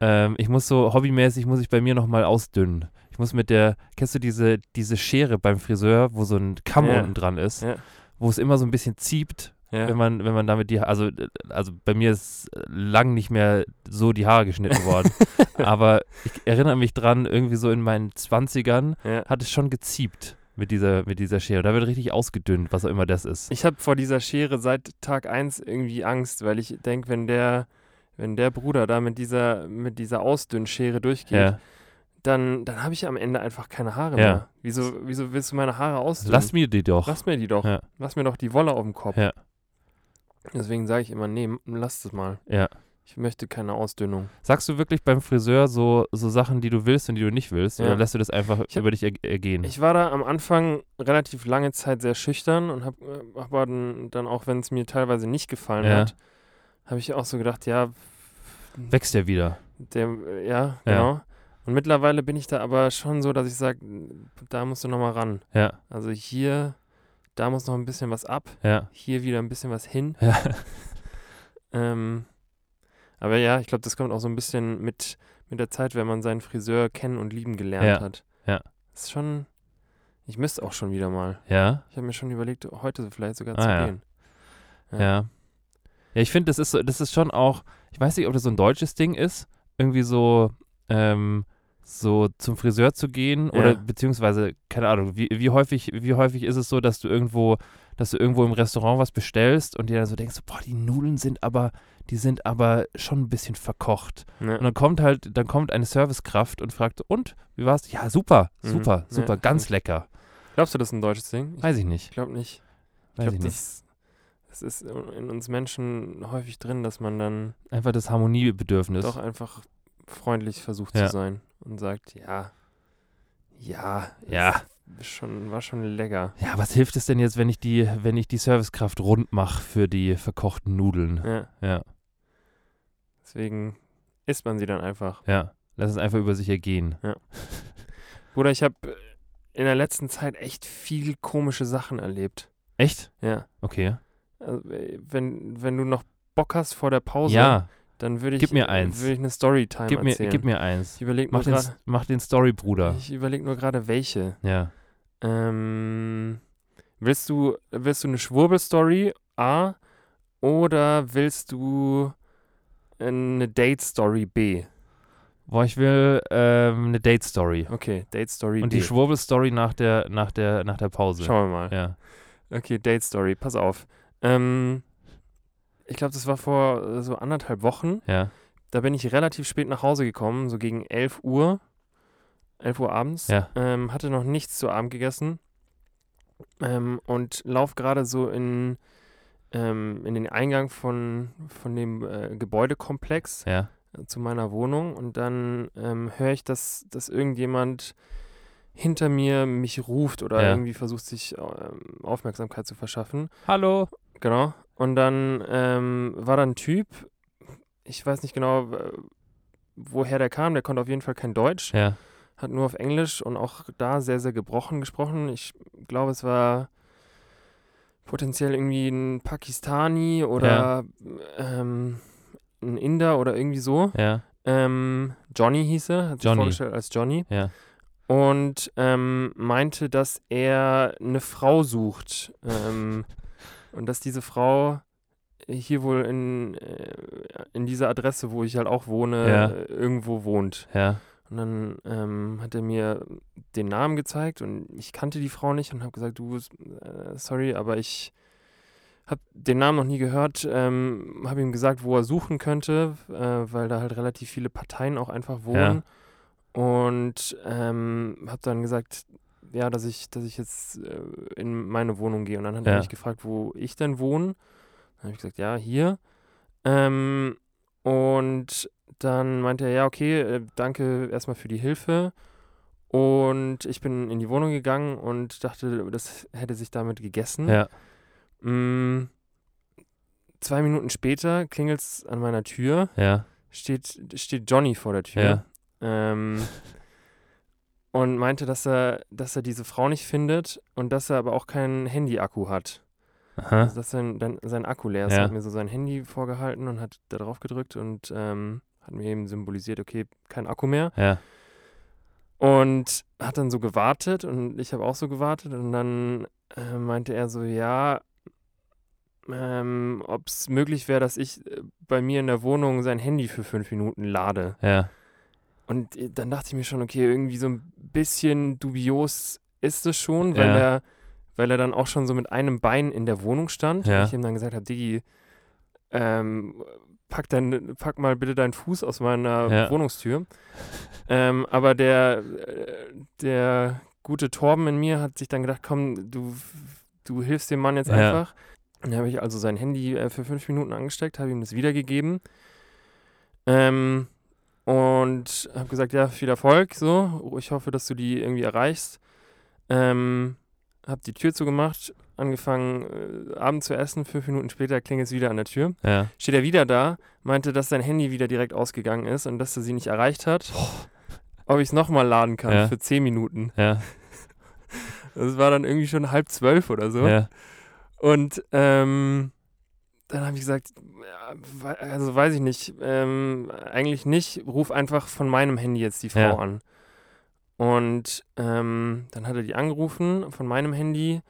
S3: ähm, ich muss so hobbymäßig, muss ich bei mir nochmal ausdünnen. Ich muss mit der, kennst du diese, diese Schere beim Friseur, wo so ein Kamm
S1: Ja.
S3: unten dran ist,
S1: Ja.
S3: wo es immer so ein bisschen zieht,
S1: ja.
S3: wenn man, wenn man damit die, also, äh, also bei mir ist äh, lang nicht mehr so die Haare geschnitten worden. Aber ich erinnere mich dran, irgendwie so in meinen 20ern
S1: ja.
S3: hat es schon gezieht mit dieser, mit dieser Schere. Da wird richtig ausgedünnt, was auch immer das ist.
S1: Ich habe vor dieser Schere seit Tag 1 irgendwie Angst, weil ich denke, wenn der, wenn der Bruder da mit dieser, mit dieser Ausdünnschere durchgeht,
S3: Ja,
S1: dann, dann habe ich am Ende einfach keine Haare
S3: Ja.
S1: mehr. Wieso, wieso willst du meine Haare ausdünnen?
S3: Lass mir die doch.
S1: Lass mir die doch.
S3: Ja.
S1: Lass mir doch die Wolle auf dem Kopf.
S3: Ja.
S1: Deswegen sage ich immer, nee, lass es mal.
S3: Ja.
S1: Ich möchte keine Ausdünnung.
S3: Sagst du wirklich beim Friseur so, so Sachen, die du willst und die du nicht willst?
S1: Ja.
S3: Oder lässt du das einfach
S1: Ich hab-
S3: über dich er äh, ergehen?
S1: Ich war da am Anfang relativ lange Zeit sehr schüchtern und habe aber dann, dann auch, wenn es mir teilweise nicht gefallen
S3: Ja.
S1: hat, habe ich auch so gedacht, ja,
S3: Wächst ja wieder.
S1: der, ja, genau. Und mittlerweile bin ich da aber schon so, dass ich sage, da musst du nochmal ran.
S3: Ja,
S1: Also hier, da muss noch ein bisschen was ab,
S3: ja,
S1: hier wieder ein bisschen was hin.
S3: ja.
S1: Ähm, aber ja, ich glaube, das kommt auch so ein bisschen mit, mit der Zeit, wenn man seinen Friseur kennen und lieben gelernt
S3: Ja,
S1: hat.
S3: ja.
S1: Ist schon, ich müsste auch schon wieder mal.
S3: Ja,
S1: Ich habe mir schon überlegt, heute vielleicht sogar
S3: Ah,
S1: zu
S3: ja.
S1: gehen.
S3: ja. Ja, ich finde, das ist so, das ist schon auch, ich weiß nicht, ob das so ein deutsches Ding ist, irgendwie so, ähm, so zum Friseur zu gehen
S1: Ja.
S3: oder beziehungsweise, keine Ahnung, wie, wie häufig, wie häufig ist es so, dass du irgendwo, dass du irgendwo im Restaurant was bestellst und dir dann so denkst, boah, die Nudeln sind aber, die sind aber schon ein bisschen verkocht.
S1: Ja.
S3: Und dann kommt halt, dann kommt eine Servicekraft und fragt, und, wie war's? Ja, super,
S1: Mhm.
S3: super,
S1: Ja,
S3: super, ganz lecker.
S1: Glaubst du, das ist ein deutsches Ding? Ich,
S3: Weiß ich nicht.
S1: ich glaube nicht. Ich
S3: Weiß
S1: glaube,
S3: ich nicht.
S1: das, das ist in uns Menschen häufig drin, dass man dann
S3: Einfach das Harmoniebedürfnis.
S1: doch einfach freundlich versucht
S3: Ja.
S1: zu sein und sagt, ja, ja,
S3: Ja.
S1: ist schon, war schon lecker.
S3: Ja, was hilft es denn jetzt, wenn ich die, wenn ich die Servicekraft rund mache für die verkochten Nudeln?
S1: Ja.
S3: Ja,
S1: Deswegen isst man sie dann einfach.
S3: ja. Lass es einfach über sich ergehen.
S1: Bruder, ich habe in der letzten Zeit echt viel komische Sachen erlebt.
S3: Echt?
S1: Ja.
S3: Okay.
S1: Also, äh, wenn, wenn du noch Bock hast vor der Pause,
S3: ja,
S1: dann würde ich, äh,
S3: Gib mir eins.
S1: Würde ich eine Storytime
S3: gib mir,
S1: erzählen.
S3: gib mir eins.
S1: ich überlege nur
S3: Mach den,
S1: gerade
S3: mach den Story, Bruder.
S1: ich überleg nur gerade, welche.
S3: Ja.
S1: Ähm, willst du willst du eine Schwurbel-Story? A. Oder willst du äh, eine Date-Story? B.
S3: Boah, ich will ähm, eine Date-Story.
S1: Okay, Date-Story
S3: Und
S1: B.
S3: die Schwurbel-Story nach der, nach der, nach der Pause.
S1: Schauen wir mal.
S3: Ja.
S1: Okay, Date Story, pass auf. Ähm, ich glaube, das war vor äh, so anderthalb Wochen.
S3: Ja.
S1: Da bin ich relativ spät nach Hause gekommen, so gegen 11 Uhr. 11 Uhr abends.
S3: Ja.
S1: Ähm, hatte noch nichts zu Abend gegessen. Ähm, und lauf gerade so in, ähm, in den Eingang von, von dem äh, Gebäudekomplex äh,
S3: Ja.
S1: zu meiner Wohnung und dann ähm, höre ich, dass, dass irgendjemand hinter mir mich ruft oder
S3: Ja.
S1: irgendwie versucht, sich ähm, Aufmerksamkeit zu verschaffen.
S3: Hallo.
S1: Genau. Und dann ähm, war da ein Typ, ich weiß nicht genau, w- woher der kam, der konnte auf jeden Fall kein Deutsch,
S3: Ja.
S1: hat nur auf Englisch und auch da sehr, sehr gebrochen gesprochen. Ich glaube, es war potenziell irgendwie ein Pakistani oder ähm, ein Inder oder irgendwie so.
S3: Ja.
S1: Ähm, Johnny hieß er, hat sich
S3: Johnny.
S1: vorgestellt als Johnny.
S3: Ja.
S1: Und ähm, meinte, dass er eine Frau sucht. Ähm, und dass diese Frau hier wohl in, äh, in dieser Adresse, wo ich halt auch wohne,
S3: Ja.
S1: äh, irgendwo wohnt.
S3: Ja.
S1: Und dann ähm, hat er mir den Namen gezeigt und ich kannte die Frau nicht und habe gesagt, du, äh, sorry, aber ich habe den Namen noch nie gehört, ähm, habe ihm gesagt, wo er suchen könnte, äh, weil da halt relativ viele Parteien auch einfach wohnen. Und ähm, habe dann gesagt, ja, dass ich, dass ich jetzt äh, in meine Wohnung gehe. Und dann hat er
S3: Ja.
S1: mich gefragt, wo ich denn wohne. Dann habe ich gesagt, ja, hier. Ähm, und dann meinte er, ja, okay, äh, danke erstmal für die Hilfe. Und ich bin in die Wohnung gegangen und dachte, das hätte sich damit gegessen.
S3: Ja.
S1: Mm, zwei Minuten später klingelt es an meiner Tür,
S3: Ja.
S1: steht, steht Johnny vor der Tür
S3: Ja.
S1: ähm, und meinte, dass er, dass er diese Frau nicht findet und dass er aber auch keinen Handy-Akku hat.
S3: Aha.
S1: Also, dass sein, dann, sein Akku leer ist.
S3: Ja.
S1: Er hat mir so sein Handy vorgehalten und hat da drauf gedrückt und ähm, hat mir eben symbolisiert, okay, kein Akku mehr.
S3: Ja.
S1: Und hat dann so gewartet und ich habe auch so gewartet und dann äh, meinte er so, ja, ähm, ob es möglich wäre, dass ich äh, bei mir in der Wohnung sein Handy für fünf Minuten lade.
S3: Ja.
S1: Und äh, dann dachte ich mir schon, okay, irgendwie so ein bisschen dubios ist es schon, weil,
S3: Ja.
S1: er, weil er dann auch schon so mit einem Bein in der Wohnung stand.
S3: Ja.
S1: Und ich ihm dann gesagt habe, Digi, ähm, pack, dein, pack mal bitte deinen Fuß aus meiner
S3: Ja.
S1: Wohnungstür. ähm, aber der, äh, der gute Torben in mir hat sich dann gedacht, komm, du, du hilfst dem Mann jetzt
S3: Ja.
S1: einfach. Dann habe ich also sein Handy äh, für fünf Minuten angesteckt, habe ihm das wiedergegeben. Ähm, und habe gesagt, ja, viel Erfolg, so. Ich hoffe, dass du die irgendwie erreichst. Ähm, habe die Tür zugemacht, angefangen, äh, Abend zu essen. Fünf Minuten später klingelt es wieder an der Tür.
S3: Ja.
S1: Steht er wieder da, meinte, dass sein Handy wieder direkt ausgegangen ist und dass er sie nicht erreicht hat. Ob ich es nochmal laden kann
S3: Ja.
S1: für zehn Minuten.
S3: Ja.
S1: Das war dann irgendwie schon halb zwölf oder so.
S3: Ja.
S1: Und ähm, dann habe ich gesagt, ja, wei- also weiß ich nicht, ähm, eigentlich nicht, ruf einfach von meinem Handy jetzt die Frau
S3: Ja.
S1: an. Und ähm, dann hat er die angerufen von meinem Handy.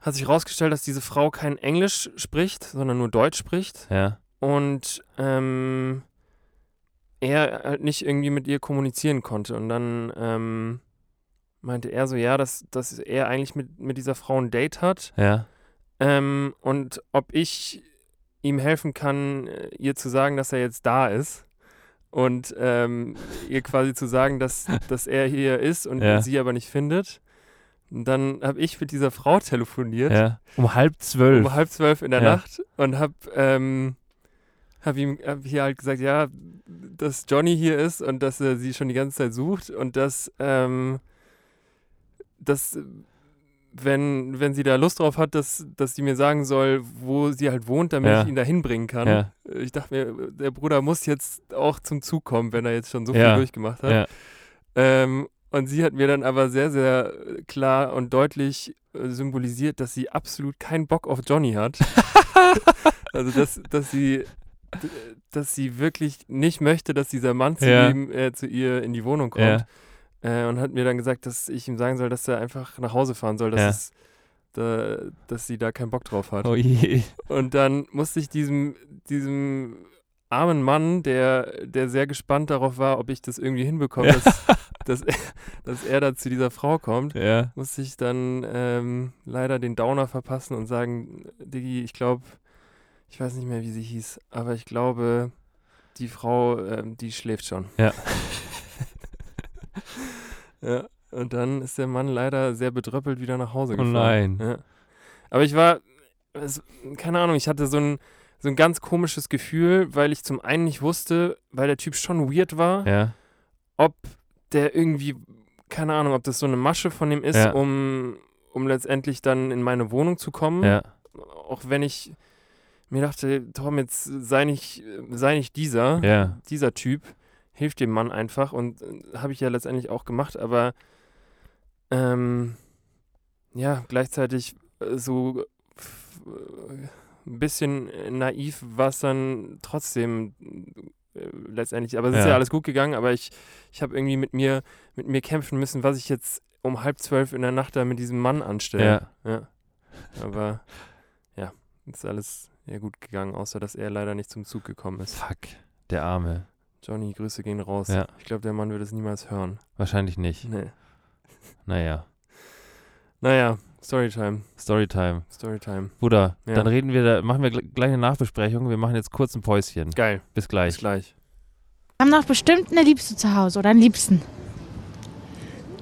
S1: Hat sich herausgestellt, dass diese Frau kein Englisch spricht, sondern nur Deutsch spricht.
S3: Ja.
S1: Und ähm, er halt nicht irgendwie mit ihr kommunizieren konnte. Und dann ähm, meinte er so, ja, dass, dass er eigentlich mit, mit dieser Frau ein Date hat.
S3: Ja.
S1: Ähm, und ob ich ihm helfen kann, äh, ihr zu sagen, dass er jetzt da ist. Und ähm, ihr quasi zu sagen, dass, dass er hier ist und
S3: Ja.
S1: sie aber nicht findet. Und dann habe ich mit dieser Frau telefoniert,
S3: Ja. Um halb zwölf.
S1: um halb zwölf in der
S3: Ja.
S1: Nacht, und habe ähm, hab ihm hab hier halt gesagt, ja, dass Johnny hier ist und dass er sie schon die ganze Zeit sucht und dass, ähm, dass wenn, wenn sie da Lust drauf hat, dass, dass sie mir sagen soll, wo sie halt wohnt, damit
S3: Ja.
S1: ich ihn da hinbringen kann.
S3: Ja.
S1: Ich dachte mir, der Bruder muss jetzt auch zum Zug kommen, wenn er jetzt schon so
S3: Ja.
S1: viel durchgemacht hat.
S3: Ja.
S1: Ähm, und sie hat mir dann aber sehr, sehr klar und deutlich äh, symbolisiert, dass sie absolut keinen Bock auf Johnny hat. also, dass, dass sie dass sie wirklich nicht möchte, dass dieser Mann zu,
S3: Ja.
S1: ihm, äh, zu ihr in die Wohnung kommt.
S3: Ja.
S1: Äh, und hat mir dann gesagt, dass ich ihm sagen soll, dass er einfach nach Hause fahren soll, dass,
S3: Ja.
S1: es, da, dass sie da keinen Bock drauf hat.
S3: Oh je.
S1: Und dann musste ich diesem, diesem armen Mann, der, der sehr gespannt darauf war, ob ich das irgendwie hinbekomme,
S3: Ja.
S1: dass, dass, er, dass er da zu dieser Frau kommt,
S3: Ja.
S1: musste ich dann ähm, leider den Downer verpassen und sagen, Diggi, ich glaube, ich weiß nicht mehr, wie sie hieß, aber ich glaube, die Frau, ähm, die schläft schon.
S3: Ja.
S1: ja. Und dann ist der Mann leider sehr bedröppelt wieder nach Hause
S3: Oh
S1: gefahren.
S3: nein.
S1: Ja. Aber ich war, es, keine Ahnung, ich hatte so ein, so ein ganz komisches Gefühl, weil ich zum einen nicht wusste, weil der Typ schon weird war
S3: Ja.
S1: ob der irgendwie, keine Ahnung, ob das so eine Masche von ihm ist,
S3: Ja.
S1: um, um letztendlich dann in meine Wohnung zu kommen.
S3: Ja.
S1: Auch wenn ich mir dachte, Tom, jetzt sei nicht, sei nicht dieser,
S3: Ja.
S1: dieser Typ, hilft dem Mann einfach und äh, habe ich ja letztendlich auch gemacht, aber ähm, ja, gleichzeitig äh, so f- äh, ein bisschen äh, naiv war es dann trotzdem äh, letztendlich, aber es ist
S3: Ja.
S1: ja alles gut gegangen, aber ich, ich habe irgendwie mit mir, mit mir kämpfen müssen, was ich jetzt um halb zwölf in der Nacht da mit diesem Mann anstelle.
S3: Ja.
S1: Ja. Aber ja, ist alles ja gut gegangen, außer dass er leider nicht zum Zug gekommen ist.
S3: Fuck. Der Arme.
S1: Johnny, Grüße gehen raus.
S3: Ja.
S1: Ich glaube, der Mann wird es niemals hören.
S3: Wahrscheinlich nicht.
S1: Nee.
S3: Naja.
S1: Naja, Storytime,
S3: Storytime.
S1: Storytime.
S3: Bruder,
S1: Ja.
S3: dann reden wir da, machen wir gl- gleich eine Nachbesprechung. Wir machen jetzt kurz ein Päuschen.
S1: Geil,
S3: Bis
S1: bis
S3: gleich.
S1: gleich.
S4: Haben doch bestimmt eine Liebste zu Hause oder einen Liebsten.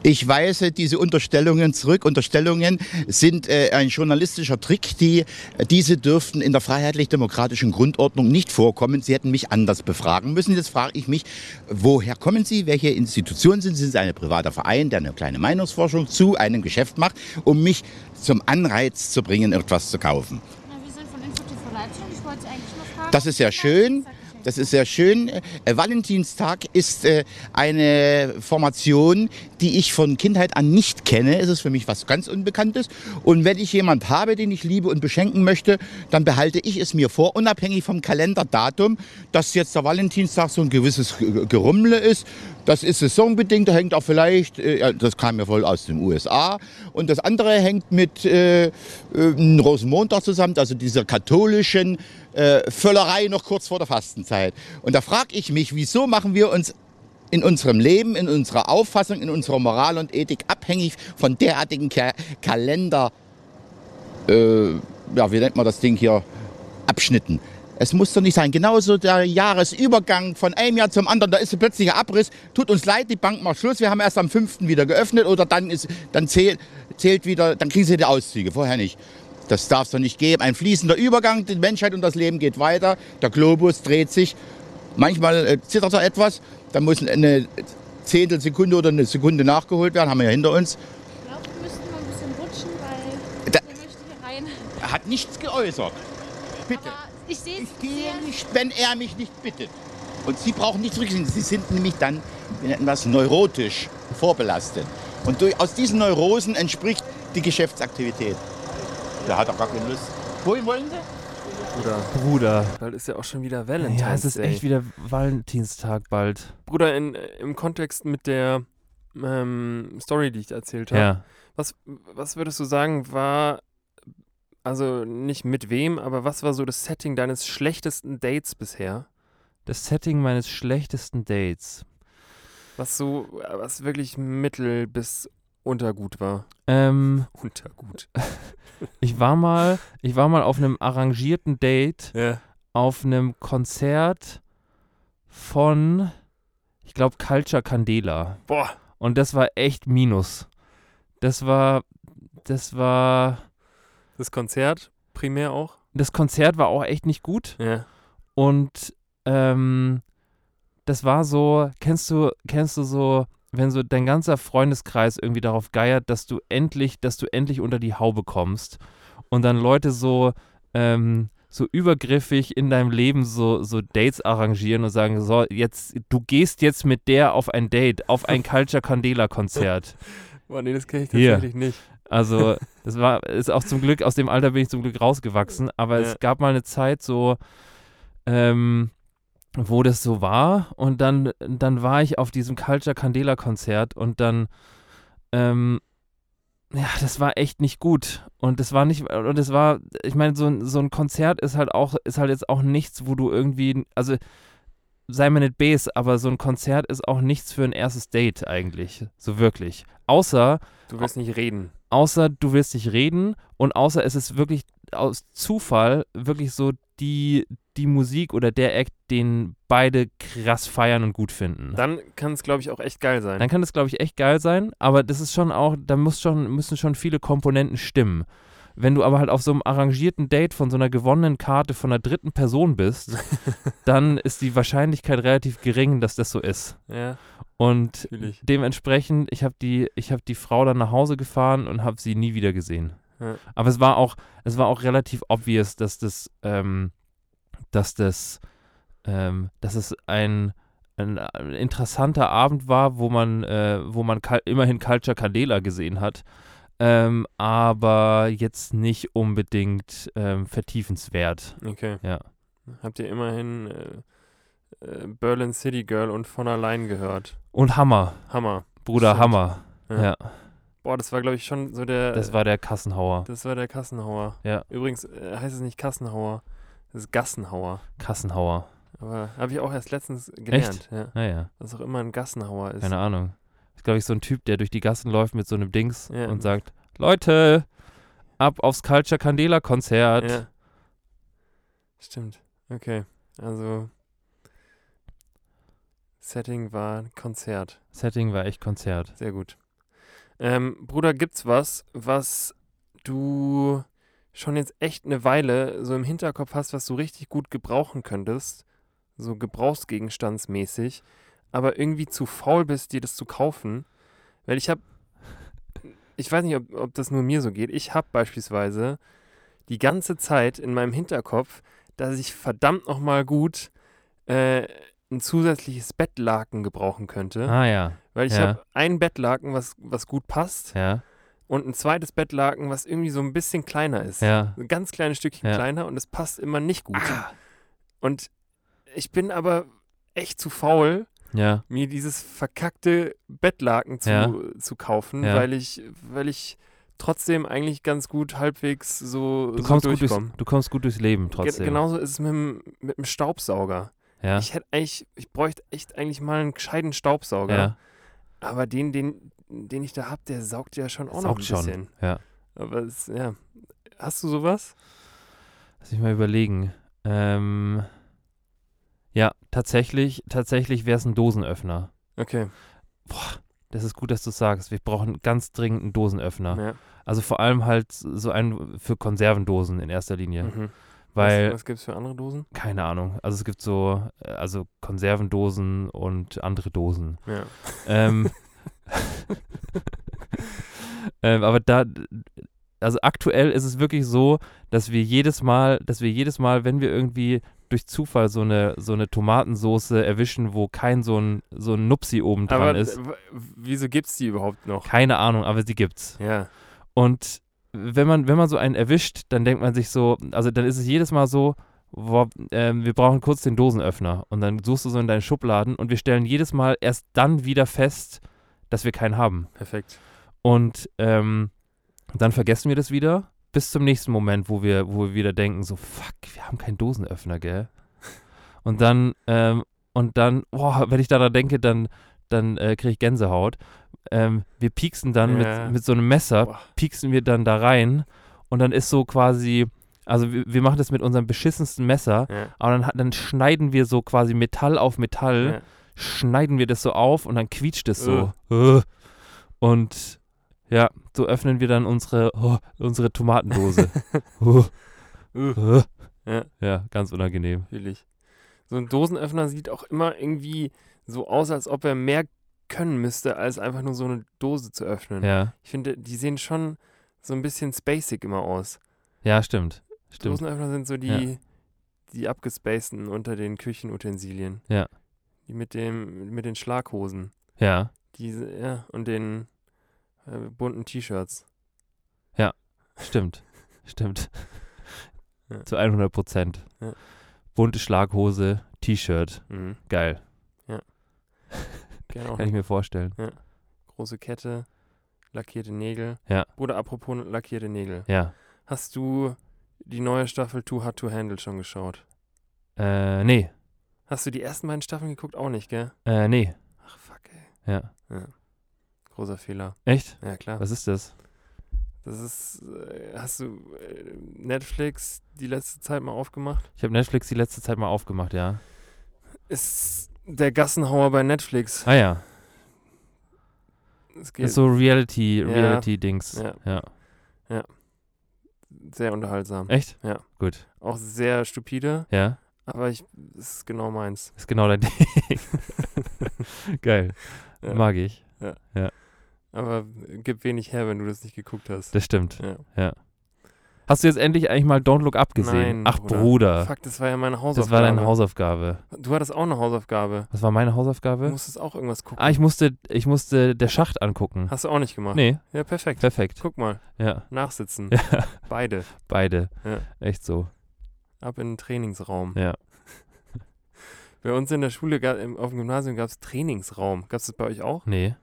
S5: Ich weise diese Unterstellungen zurück. Unterstellungen sind äh, ein journalistischer Trick, die diese dürften in der freiheitlich-demokratischen Grundordnung nicht vorkommen. Sie hätten mich anders befragen müssen. Jetzt frage ich mich, woher kommen Sie? Welche Institution sind Sie? Sind Sie ein privater Verein, der eine kleine Meinungsforschung zu einem Geschäft macht, um mich zum Anreiz zu bringen, etwas zu kaufen?
S4: wir sind von InfoTV Leipzig. Ich wollte eigentlich nur fragen.
S5: Das ist sehr schön. Das ist sehr schön. Äh, Valentinstag ist äh, eine Formation, die ich von Kindheit an nicht kenne. Es ist für mich was ganz Unbekanntes. Und wenn ich jemand habe, den ich liebe und beschenken möchte, dann behalte ich es mir vor, unabhängig vom Kalenderdatum, dass jetzt der Valentinstag so ein gewisses Ge- Gerummle ist. Das ist saisonbedingt, da hängt auch vielleicht, äh, ja, das kam ja voll aus den USA. Und das andere hängt mit äh, äh, Rosenmontag zusammen, also dieser katholischen äh, Völlerei noch kurz vor der Fastenzeit. Und da frage ich mich, wieso machen wir uns in unserem Leben, in unserer Auffassung, in unserer Moral und Ethik abhängig von derartigen Ka Kalender, äh, ja, wie nennt man das Ding hier, Abschnitten. Es muss doch nicht sein. Genauso der Jahresübergang von einem Jahr zum anderen, da ist ein plötzlicher Abriss. Tut uns leid, die Bank macht Schluss. Wir haben erst am 5. wieder geöffnet oder dann, ist, dann zählt, zählt wieder, dann kriegen sie die Auszüge, vorher nicht. Das darf es doch nicht geben. Ein fließender Übergang, die Menschheit und das Leben geht weiter. Der Globus dreht sich. Manchmal äh, zittert er etwas, dann muss eine Zehntelsekunde oder eine Sekunde nachgeholt werden, haben wir ja hinter uns.
S6: Ich glaube, wir müssten mal ein bisschen rutschen, weil
S5: Da-
S6: der möchte hier rein.
S5: Er hat nichts geäußert. Bitte.
S6: Aber ich sehe
S5: Ich
S6: es
S5: gehe
S6: sehr-
S5: nicht, wenn er mich nicht bittet. Und Sie brauchen nicht zurückziehen. Sie sind nämlich dann etwas neurotisch vorbelastet. Und durch, aus diesen Neurosen entspricht die Geschäftsaktivität. Der hat auch gar keine Lust. Wohin wollen Sie?
S1: Bruder.
S3: Bruder.
S1: Bald ist ja auch schon wieder Valentine's
S3: Ja, es ist
S1: Day.
S3: echt wieder Valentinstag bald.
S1: Bruder, in, äh, im Kontext mit der ähm, Story, die ich erzählt habe,
S3: Ja.
S1: was, was würdest du sagen, war, also nicht mit wem, aber was war so das Setting deines schlechtesten Dates bisher?
S3: Das Setting meines schlechtesten Dates.
S1: Was so, äh, was wirklich mittel bis untergut war.
S3: Ähm,
S1: Untergut.
S3: ich war mal, ich war mal auf einem arrangierten Date
S1: Ja.
S3: auf einem Konzert von, ich glaube, Culture Candela.
S1: Boah,
S3: Und das war echt Minus. Das war, das war,
S1: das Konzert primär auch.
S3: das Konzert war auch echt nicht gut.
S1: Ja.
S3: Und ähm, das war so, kennst du, kennst du so, wenn so dein ganzer Freundeskreis irgendwie darauf geiert, dass du endlich, dass du endlich unter die Haube kommst und dann Leute so, ähm, so übergriffig in deinem Leben so, so Dates arrangieren und sagen, so, jetzt, du gehst jetzt mit der auf ein Date, auf ein Culture Candela Konzert.
S1: Boah, nee, das kenne ich
S3: Hier.
S1: tatsächlich nicht.
S3: Also, das war, ist auch zum Glück, aus dem Alter bin ich zum Glück rausgewachsen, aber
S1: Ja.
S3: es gab mal eine Zeit so, ähm, wo das so war und dann, dann war ich auf diesem Culture Candela Konzert und dann, ähm, ja, das war echt nicht gut und das war nicht, und das war, ich meine, so, ein- so ein Konzert ist halt auch, ist halt jetzt auch nichts, wo du irgendwie, also, sei mir nicht base, aber so ein Konzert ist auch nichts für ein erstes Date eigentlich, so wirklich. Außer,
S1: Du willst nicht reden.
S3: außer du willst nicht reden und außer es ist wirklich aus Zufall wirklich so die, die Musik oder der Act, den beide krass feiern und gut finden.
S1: Dann kann es, glaube ich, auch echt geil sein.
S3: Dann kann das, glaube ich, echt geil sein, aber das ist schon auch, da muss schon, müssen schon viele Komponenten stimmen. Wenn du aber halt auf so einem arrangierten Date von so einer gewonnenen Karte von einer dritten Person bist, dann ist die Wahrscheinlichkeit relativ gering, dass das so ist.
S1: Ja,
S3: Und
S1: natürlich.
S3: dementsprechend, ich habe die, ich habe die Frau dann nach Hause gefahren und habe sie nie wieder gesehen.
S1: Ja.
S3: Aber es war auch, es war auch relativ obvious, dass das, ähm, dass das, ähm, dass es ein, ein, ein interessanter Abend war, wo man, äh, wo man Kal- immerhin Culture Candela gesehen hat. Ähm, aber jetzt nicht unbedingt ähm, vertiefenswert.
S1: Okay.
S3: Ja.
S1: Habt ihr immerhin äh, äh, Berlin City Girl und von allein gehört?
S3: Und Hammer,
S1: Hammer.
S3: Bruder
S1: Stimmt.
S3: Hammer.
S1: Ja.
S3: Ja.
S1: Boah, das war, glaube ich, schon so der.
S3: Das war der Kassenhauer.
S1: das war der Kassenhauer.
S3: Ja.
S1: Übrigens äh, heißt es nicht Kassenhauer, es ist Gassenhauer.
S3: Kassenhauer.
S1: Aber habe ich auch erst letztens gelernt, ja,
S3: Naja.
S1: dass auch immer ein Gassenhauer ist.
S3: Keine Ahnung. Ist, glaube ich, so ein Typ, der durch die Gassen läuft mit so einem Dings
S1: Ja.
S3: und sagt: Leute, ab aufs Culture Candela Konzert.
S1: Ja. Stimmt. Okay. Also Setting war Konzert.
S3: Setting war echt Konzert.
S1: Sehr gut. Ähm, Bruder, gibt's was, was du schon jetzt echt eine Weile so im Hinterkopf hast, was du richtig gut gebrauchen könntest, so gebrauchsgegenstandsmäßig, aber irgendwie zu faul bist, dir das zu kaufen? Weil ich habe, ich weiß nicht, ob, ob das nur mir so geht, ich habe beispielsweise die ganze Zeit in meinem Hinterkopf, dass ich verdammt nochmal gut äh, ein zusätzliches Bettlaken gebrauchen könnte.
S3: Ah ja,
S1: Weil ich
S3: Ja.
S1: habe ein Bettlaken, was, was gut passt,
S3: ja,
S1: und ein zweites Bettlaken, was irgendwie so ein bisschen kleiner ist.
S3: ja.
S1: So Ein ganz kleines Stückchen
S3: Ja. Ah.
S1: kleiner und es passt immer nicht gut. Und ich bin aber echt zu faul,
S3: Ja,
S1: mir dieses verkackte Bettlaken zu,
S3: Ja.
S1: zu kaufen,
S3: Ja.
S1: weil ich, weil ich trotzdem eigentlich ganz gut halbwegs so,
S3: du
S1: so
S3: kommst, gut durchs,
S1: durchkomme.
S3: du kommst gut durchs Leben trotzdem.
S1: Ge- Genauso ist es mit dem, mit dem Staubsauger.
S3: Ja,
S1: Ich hätte eigentlich, ich bräuchte echt eigentlich mal einen gescheiten Staubsauger.
S3: ja.
S1: Aber den, den, den ich da hab, der saugt ja schon auch noch ein
S3: Saugt schon.
S1: bisschen.
S3: Ja.
S1: Aber es, ja. Hast du sowas?
S3: Lass mich mal überlegen. Ähm, ja, tatsächlich, tatsächlich wäre es ein Dosenöffner.
S1: Okay.
S3: Das ist gut, dass du es sagst. Wir brauchen ganz dringend einen Dosenöffner.
S1: Ja.
S3: Also vor allem halt so einen für Konservendosen in erster Linie.
S1: Mhm.
S3: Weil,
S1: was, was gibt es für andere Dosen?
S3: keine Ahnung, also es gibt so, äh, also Konservendosen und andere Dosen.
S1: Ja.
S3: Ähm, ähm, aber da, also aktuell ist es wirklich so, dass wir jedes Mal, dass wir jedes Mal, wenn wir irgendwie durch Zufall so eine, so eine Tomatensoße erwischen, wo kein so ein, so ein Nupsi oben dran
S1: Aber
S3: ist,
S1: w- wieso gibt es die überhaupt noch?
S3: keine Ahnung, aber sie gibt's.
S1: Ja.
S3: Und wenn man, wenn man so einen erwischt, dann denkt man sich so, also dann ist es jedes Mal so, boah, ähm, wir brauchen kurz den Dosenöffner. Und dann suchst du so in deinen Schubladen und wir stellen jedes Mal erst dann wieder fest, dass wir keinen haben.
S1: Perfekt.
S3: Und ähm, dann vergessen wir das wieder bis zum nächsten Moment, wo wir, wo wir wieder denken, so, fuck, wir haben keinen Dosenöffner, gell? Und dann, ähm, und dann, boah, wenn ich daran denke, dann, dann äh, kriege ich Gänsehaut. Ähm, wir pieksen dann
S1: Ja.
S3: mit, mit so einem Messer,
S1: Boah.
S3: pieksen wir dann da rein und dann ist so quasi, also wir, wir machen das mit unserem beschissensten Messer,
S1: Ja.
S3: aber dann, hat- dann schneiden wir so quasi Metall auf Metall
S1: Ja.
S3: schneiden wir das so auf und dann quietscht es so. Äh. Und ja, so öffnen wir dann unsere, oh, unsere Tomatendose. Uh, äh.
S1: Ja.
S3: ja, ganz unangenehm.
S1: Natürlich. So ein Dosenöffner sieht auch immer irgendwie so aus, als ob er mehr können müsste, als einfach nur so eine Dose zu öffnen.
S3: Ja,
S1: Ich finde, die sehen schon so ein bisschen spacig immer aus.
S3: ja stimmt. Stimmt.
S1: Dosenöffner sind so die, die abgespaceden unter den Küchenutensilien.
S3: Ja.
S1: Die mit dem, mit den Schlaghosen.
S3: Ja,
S1: Diese, ja, und den äh, bunten T-Shirts.
S3: stimmt. stimmt.
S1: Ja.
S3: Zu 100 Prozent.
S1: Ja.
S3: Bunte Schlaghose, T-Shirt.
S1: Mhm.
S3: Geil.
S1: Gerne auch
S3: Kann ich
S1: eine
S3: mir vorstellen.
S1: große Kette, lackierte Nägel.
S3: Ja.
S1: Oder apropos lackierte Nägel.
S3: Ja.
S1: Hast du die neue Staffel Too Hard to Handle schon geschaut?
S3: Äh, nee.
S1: Hast du die ersten beiden Staffeln geguckt? Auch nicht, gell?
S3: Äh, nee.
S1: Ach, fuck, ey.
S3: Ja.
S1: Großer Fehler.
S3: Echt?
S1: Ja, klar.
S3: Was ist das?
S1: Das ist, äh, hast du äh, Netflix die letzte Zeit mal aufgemacht?
S3: Ich habe Netflix die letzte Zeit mal aufgemacht, ja.
S1: Ist der Gassenhauer bei Netflix.
S3: Ah ja.
S1: Es
S3: Das
S1: geht
S3: ist so Reality,
S1: Ja.
S3: Reality-Dings.
S1: Ja.
S3: Ja.
S1: sehr unterhaltsam.
S3: Echt?
S1: Ja.
S3: Gut.
S1: Auch sehr stupide,
S3: Ja.
S1: aber ich, es ist genau meins.
S3: Ist genau dein Ding. Geil.
S1: Ja.
S3: Mag ich.
S1: Aber gibt wenig her, wenn du das nicht geguckt hast.
S3: Das stimmt.
S1: Ja.
S3: Hast du jetzt endlich eigentlich mal Don't Look Up gesehen?
S1: Nein,
S3: Ach,
S1: Bruder.
S3: Bruder.
S1: Fuck, das war ja meine
S3: das
S1: Hausaufgabe.
S3: war deine Hausaufgabe.
S1: Du hattest auch eine Hausaufgabe.
S3: Was war meine
S1: Du
S3: Hausaufgabe?
S1: musstest auch irgendwas gucken.
S3: Ah, ich musste, ich musste der Schacht angucken.
S1: Hast du auch nicht gemacht?
S3: Ah. Nee,
S1: Ja, perfekt.
S3: perfekt.
S1: Guck mal,
S3: Ja.
S1: nachsitzen.
S3: ja.
S1: Beide.
S3: Beide.
S1: Ja.
S3: Echt so.
S1: Ab in den Trainingsraum.
S3: Ja.
S1: Bei uns in der Schule, ga- im- auf dem Gymnasium gab es Trainingsraum. Gab es das bei euch auch?
S3: Nee.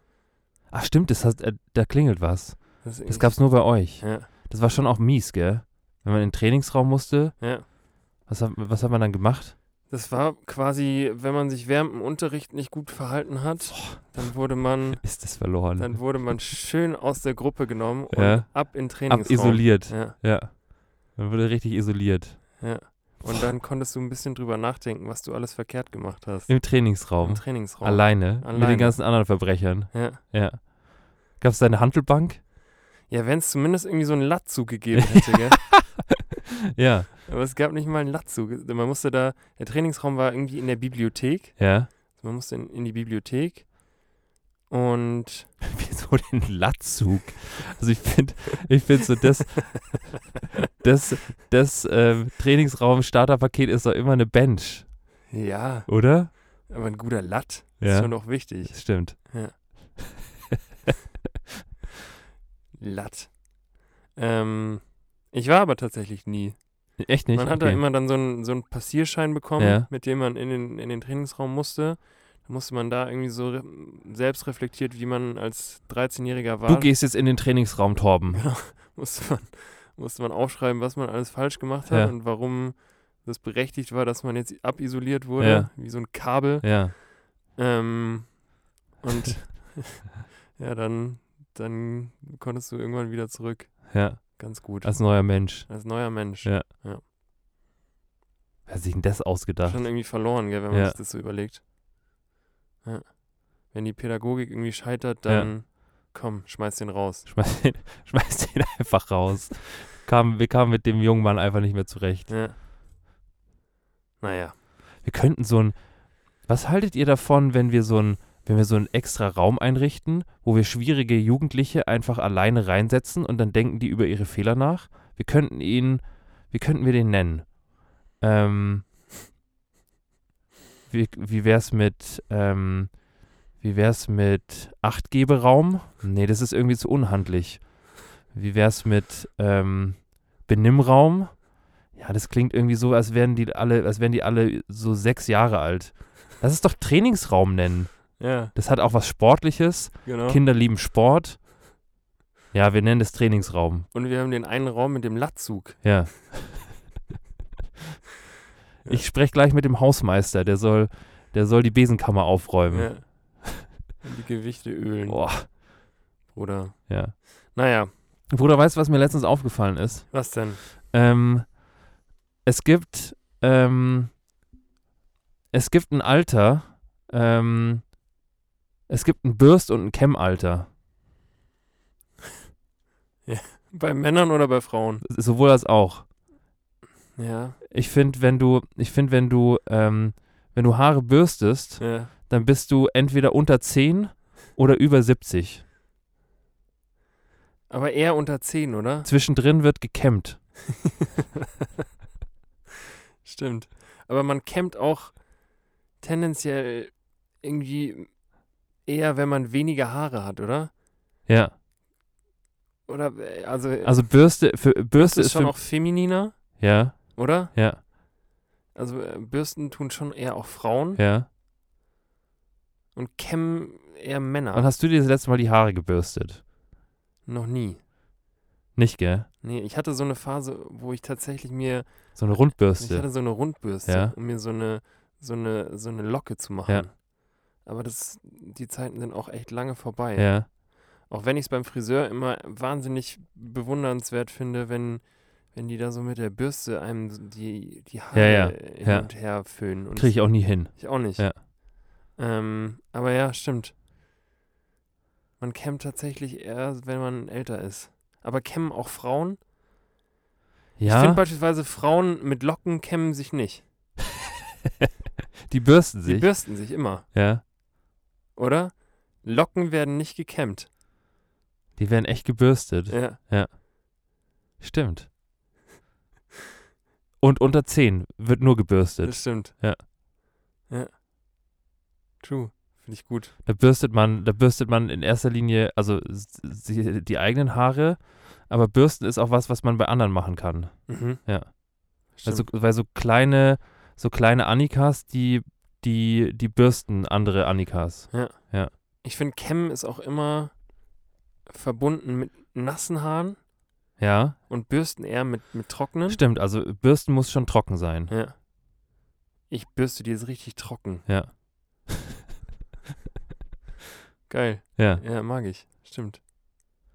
S3: Ach, stimmt, das hast, äh, da klingelt was.
S1: Das,
S3: Das gab's nur bei euch.
S1: Ja,
S3: Das war schon auch mies, gell? Wenn man in den Trainingsraum musste,
S1: ja.
S3: was hat, was hat man dann gemacht?
S1: Das war quasi, wenn man sich während dem Unterricht nicht gut verhalten hat, dann wurde man,
S3: Ist das verloren.
S1: dann wurde man schön aus der Gruppe genommen und
S3: Ja.
S1: ab in den Trainingsraum.
S3: Abisoliert. Ja.
S1: Ja,
S3: Man wurde richtig isoliert.
S1: ja. Und dann konntest du ein bisschen drüber nachdenken, was du alles verkehrt gemacht hast.
S3: Im Trainingsraum.
S1: Im Trainingsraum.
S3: Alleine, Mit
S1: Alleine.
S3: den ganzen anderen Verbrechern.
S1: Ja,
S3: Ja. Gab es da eine Handelbank?
S1: ja wenn es zumindest irgendwie so einen Latzug gegeben hätte, gell?
S3: Ja.
S1: Aber es gab nicht mal einen Latzug. Man musste da, der Trainingsraum war irgendwie in der Bibliothek. Also
S3: Ja.
S1: Man musste in, in die Bibliothek. Und
S3: Wieso den Latzug? Also ich finde, ich finde so das, das, das ähm, Trainingsraum-Starterpaket ist doch immer eine Bench,
S1: ja,
S3: oder?
S1: aber ein guter Latt ist
S3: Ja.
S1: schon auch wichtig.
S3: Das stimmt.
S1: Latt. Ähm, ich war aber tatsächlich nie.
S3: Echt nicht?
S1: man hat da
S3: Okay.
S1: immer dann so einen, so einen Passierschein bekommen,
S3: Ja.
S1: mit dem man in den, in den Trainingsraum musste. Da musste man da irgendwie so re selbst reflektiert, wie man als 13-Jähriger war.
S3: du gehst jetzt in den Trainingsraum, Torben.
S1: Genau. musste, man, musste man aufschreiben, was man alles falsch gemacht hat
S3: Ja.
S1: und warum das berechtigt war, dass man jetzt abisoliert wurde,
S3: Ja.
S1: wie so ein Kabel.
S3: Ja.
S1: Ähm, und ja, dann, dann konntest du irgendwann wieder zurück.
S3: Ja. Also
S1: Ganz gut.
S3: Als neuer Mensch.
S1: Als neuer Mensch.
S3: Ja. Wer hat sich denn das ausgedacht?
S1: Schon irgendwie verloren, gell, wenn man
S3: Ja.
S1: sich das so überlegt. Ja. Wenn die Pädagogik irgendwie scheitert, dann komm, schmeiß den raus.
S3: Schmeiß den, schmeiß den einfach raus. Kam, wir kamen mit dem jungen Mann einfach nicht mehr zurecht.
S1: Ja. Naja.
S3: Wir könnten so ein. Was haltet ihr davon, wenn wir so ein, wenn wir so einen extra Raum einrichten, wo wir schwierige Jugendliche einfach alleine reinsetzen und dann denken die über ihre Fehler nach? Wir könnten ihn, wie könnten wir den nennen? Ähm, wie, wie wär's mit, ähm, wie wär's mit Achtgeberaum? Nee, das ist irgendwie zu unhandlich. Wie wär's mit, ähm, Benimmraum? Ja, das klingt irgendwie so, als wären die alle, als wären die alle so sechs Jahre alt. Lass es doch Trainingsraum nennen.
S1: Ja,
S3: Das hat auch was Sportliches.
S1: genau.
S3: Kinder lieben Sport. Ja, wir nennen das Trainingsraum.
S1: Und wir haben den einen Raum mit dem Latzug.
S3: Ja. Ich spreche gleich mit dem Hausmeister, der soll, der soll die Besenkammer aufräumen.
S1: Ja. Und die Gewichte ölen,
S3: Ähm. Boah,
S1: Bruder.
S3: ja.
S1: Naja,
S3: Bruder, weißt du, was mir letztens aufgefallen ist?
S1: was denn?
S3: Ähm, es gibt, ähm, es gibt ein Alter, ähm, es gibt ein Bürst- und ein Chem-Alter.
S1: Bei Männern oder bei Frauen?
S3: Sowohl als auch.
S1: Ja,
S3: Ich finde, wenn du, ich finde, wenn du, ähm, wenn du Haare bürstest,
S1: ja.
S3: dann bist du entweder unter 10 oder über 70.
S1: Aber eher unter 10, oder?
S3: Zwischendrin wird gekämmt.
S1: Stimmt. Aber man campt auch tendenziell irgendwie eher, wenn man weniger Haare hat, oder?
S3: Ja.
S1: Oder, äh, also,
S3: Also Bürste, für,
S1: das
S3: Bürste
S1: ist
S3: ist
S1: schon
S3: für,
S1: auch femininer,
S3: ja,
S1: oder?
S3: ja,
S1: Also äh, Bürsten tun schon eher auch Frauen
S3: ja.
S1: und kämmen eher
S3: Und
S1: Männer.
S3: hast du dir das letzte Mal die Haare gebürstet?
S1: Noch nie.
S3: Nicht, gell?
S1: Nee, ich hatte so eine Phase, wo ich tatsächlich mir,
S3: So eine
S1: ich
S3: Rundbürste.
S1: hatte so eine Rundbürste,
S3: Ja.
S1: um mir so eine, so eine, so eine Locke zu machen.
S3: Ja.
S1: Aber das, die Zeiten sind auch echt lange vorbei.
S3: Ja.
S1: Auch wenn ich es beim Friseur immer wahnsinnig bewundernswert finde, wenn, wenn die da so mit der Bürste einem die, die Haare
S3: ja,
S1: hin
S3: ja.
S1: und her föhnen. Und
S3: Kriege ich auch nie hin.
S1: ich auch nicht.
S3: Ja.
S1: Ähm, aber ja, stimmt. Man kämmt tatsächlich eher, wenn man älter ist. Aber kämmen auch Frauen? Ich finde
S3: Ja,
S1: beispielsweise, Frauen mit Locken kämmen sich nicht.
S3: die bürsten
S1: Sie
S3: sich.
S1: bürsten sich immer,
S3: ja,
S1: oder? Locken werden nicht gekämmt.
S3: die werden echt gebürstet.
S1: Ja.
S3: Stimmt. Und unter 10 wird nur gebürstet.
S1: Das stimmt.
S3: Ja.
S1: Ja. True. Finde ich gut.
S3: Da bürstet man, da bürstet man in erster Linie, also s- die, die eigenen Haare, aber bürsten ist auch was, was man bei anderen machen kann.
S1: Mhm.
S3: Ja.
S1: Stimmt.
S3: Also, weil so kleine, so kleine Annikas, die, die, die bürsten andere Annikas.
S1: ich finde, Kämmen ist auch immer verbunden mit nassen Haaren
S3: Ja,
S1: und Bürsten eher mit, mit trockenen.
S3: stimmt. Also bürsten muss schon trocken sein.
S1: Ja. Ich bürste die jetzt richtig trocken.
S3: Ja.
S1: Geil.
S3: Ja.
S1: Ja, mag ich. Stimmt.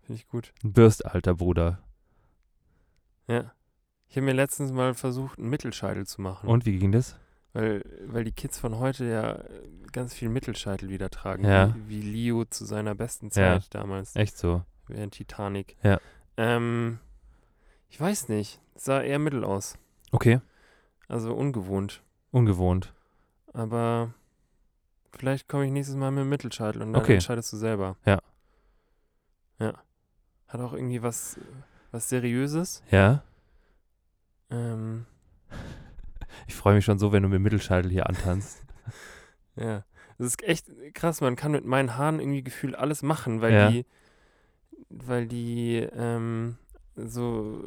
S1: Finde ich gut.
S3: Ein Bürstalter, Bruder.
S1: Ja. Ich habe mir letztens mal versucht, einen Mittelscheitel zu machen.
S3: Und wie ging das?
S1: Weil, weil die Kids von heute ja äh, ganz viel Mittelscheitel wieder tragen.
S3: Ja.
S1: Wie, wie Leo zu seiner besten
S3: Ja.
S1: Zeit damals.
S3: Echt so.
S1: Während Titanic.
S3: Ja.
S1: Ähm, ich weiß nicht. Sah eher mittel aus.
S3: Okay.
S1: Also ungewohnt.
S3: Ungewohnt.
S1: Aber vielleicht komme ich nächstes Mal mit dem Mittelscheitel und dann
S3: Okay.
S1: entscheidest du selber.
S3: Ja.
S1: Ja. Hat auch irgendwie was, was Seriöses.
S3: Ja.
S1: Ähm,
S3: Ich freue mich schon so, wenn du mit Mittelscheitel hier antanzt.
S1: ja. Es ist echt krass, man kann mit meinen Haaren irgendwie gefühlt alles machen, weil
S3: Ja.
S1: die, weil die ähm, so,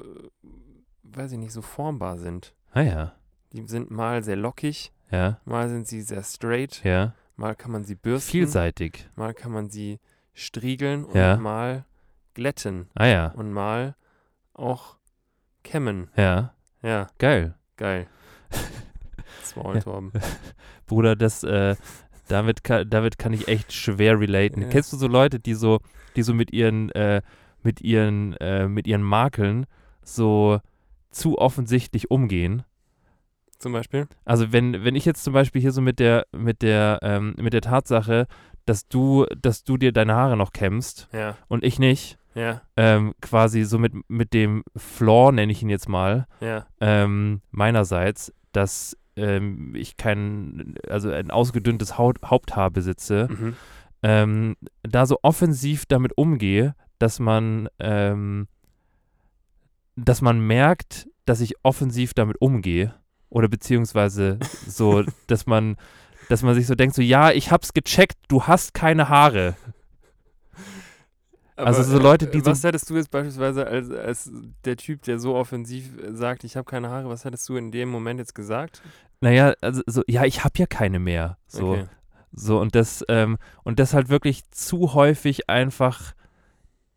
S1: weiß ich nicht, so formbar sind.
S3: ah ja.
S1: Die sind mal sehr lockig,
S3: Ja.
S1: mal sind sie sehr straight,
S3: Ja.
S1: mal kann man sie bürsten,
S3: Vielseitig.
S1: mal kann man sie striegeln und
S3: Ja.
S1: mal glätten.
S3: Ah ja.
S1: und mal auch kämmen.
S3: Ja.
S1: Ja,
S3: Geil.
S1: geil. Smalltorben.
S3: Bruder, das, äh, damit, kann, damit kann ich echt schwer relaten.
S1: Ja.
S3: Kennst du so Leute, die so, die so mit ihren, äh, mit ihren, äh, mit ihren Makeln so zu offensichtlich umgehen?
S1: zum Beispiel?
S3: Also wenn, wenn ich jetzt zum Beispiel hier so mit der, mit der, ähm, mit der Tatsache, dass du, dass du dir deine Haare noch kämmst
S1: Ja,
S3: und ich nicht,
S1: ja,
S3: ähm, quasi so mit, mit dem Flaw, nenne ich ihn jetzt mal,
S1: ja.
S3: ähm, meinerseits, dass ähm, ich kein, also ein ausgedünntes Haut, Haupthaar besitze,
S1: Mhm.
S3: ähm, da so offensiv damit umgehe, dass man, ähm, dass man merkt, dass ich offensiv damit umgehe oder beziehungsweise so, dass man, dass man sich so denkt, so ja, ich hab's gecheckt, du hast keine Haare. Also so
S1: äh,
S3: Leute, die so-
S1: Was hättest du jetzt beispielsweise als, als der Typ, der so offensiv äh, sagt, ich habe keine Haare, was hättest du in dem Moment jetzt gesagt?
S3: Naja, also so, ja, ich hab ja keine mehr. So,
S1: Okay.
S3: so und das ähm, und das halt wirklich zu häufig einfach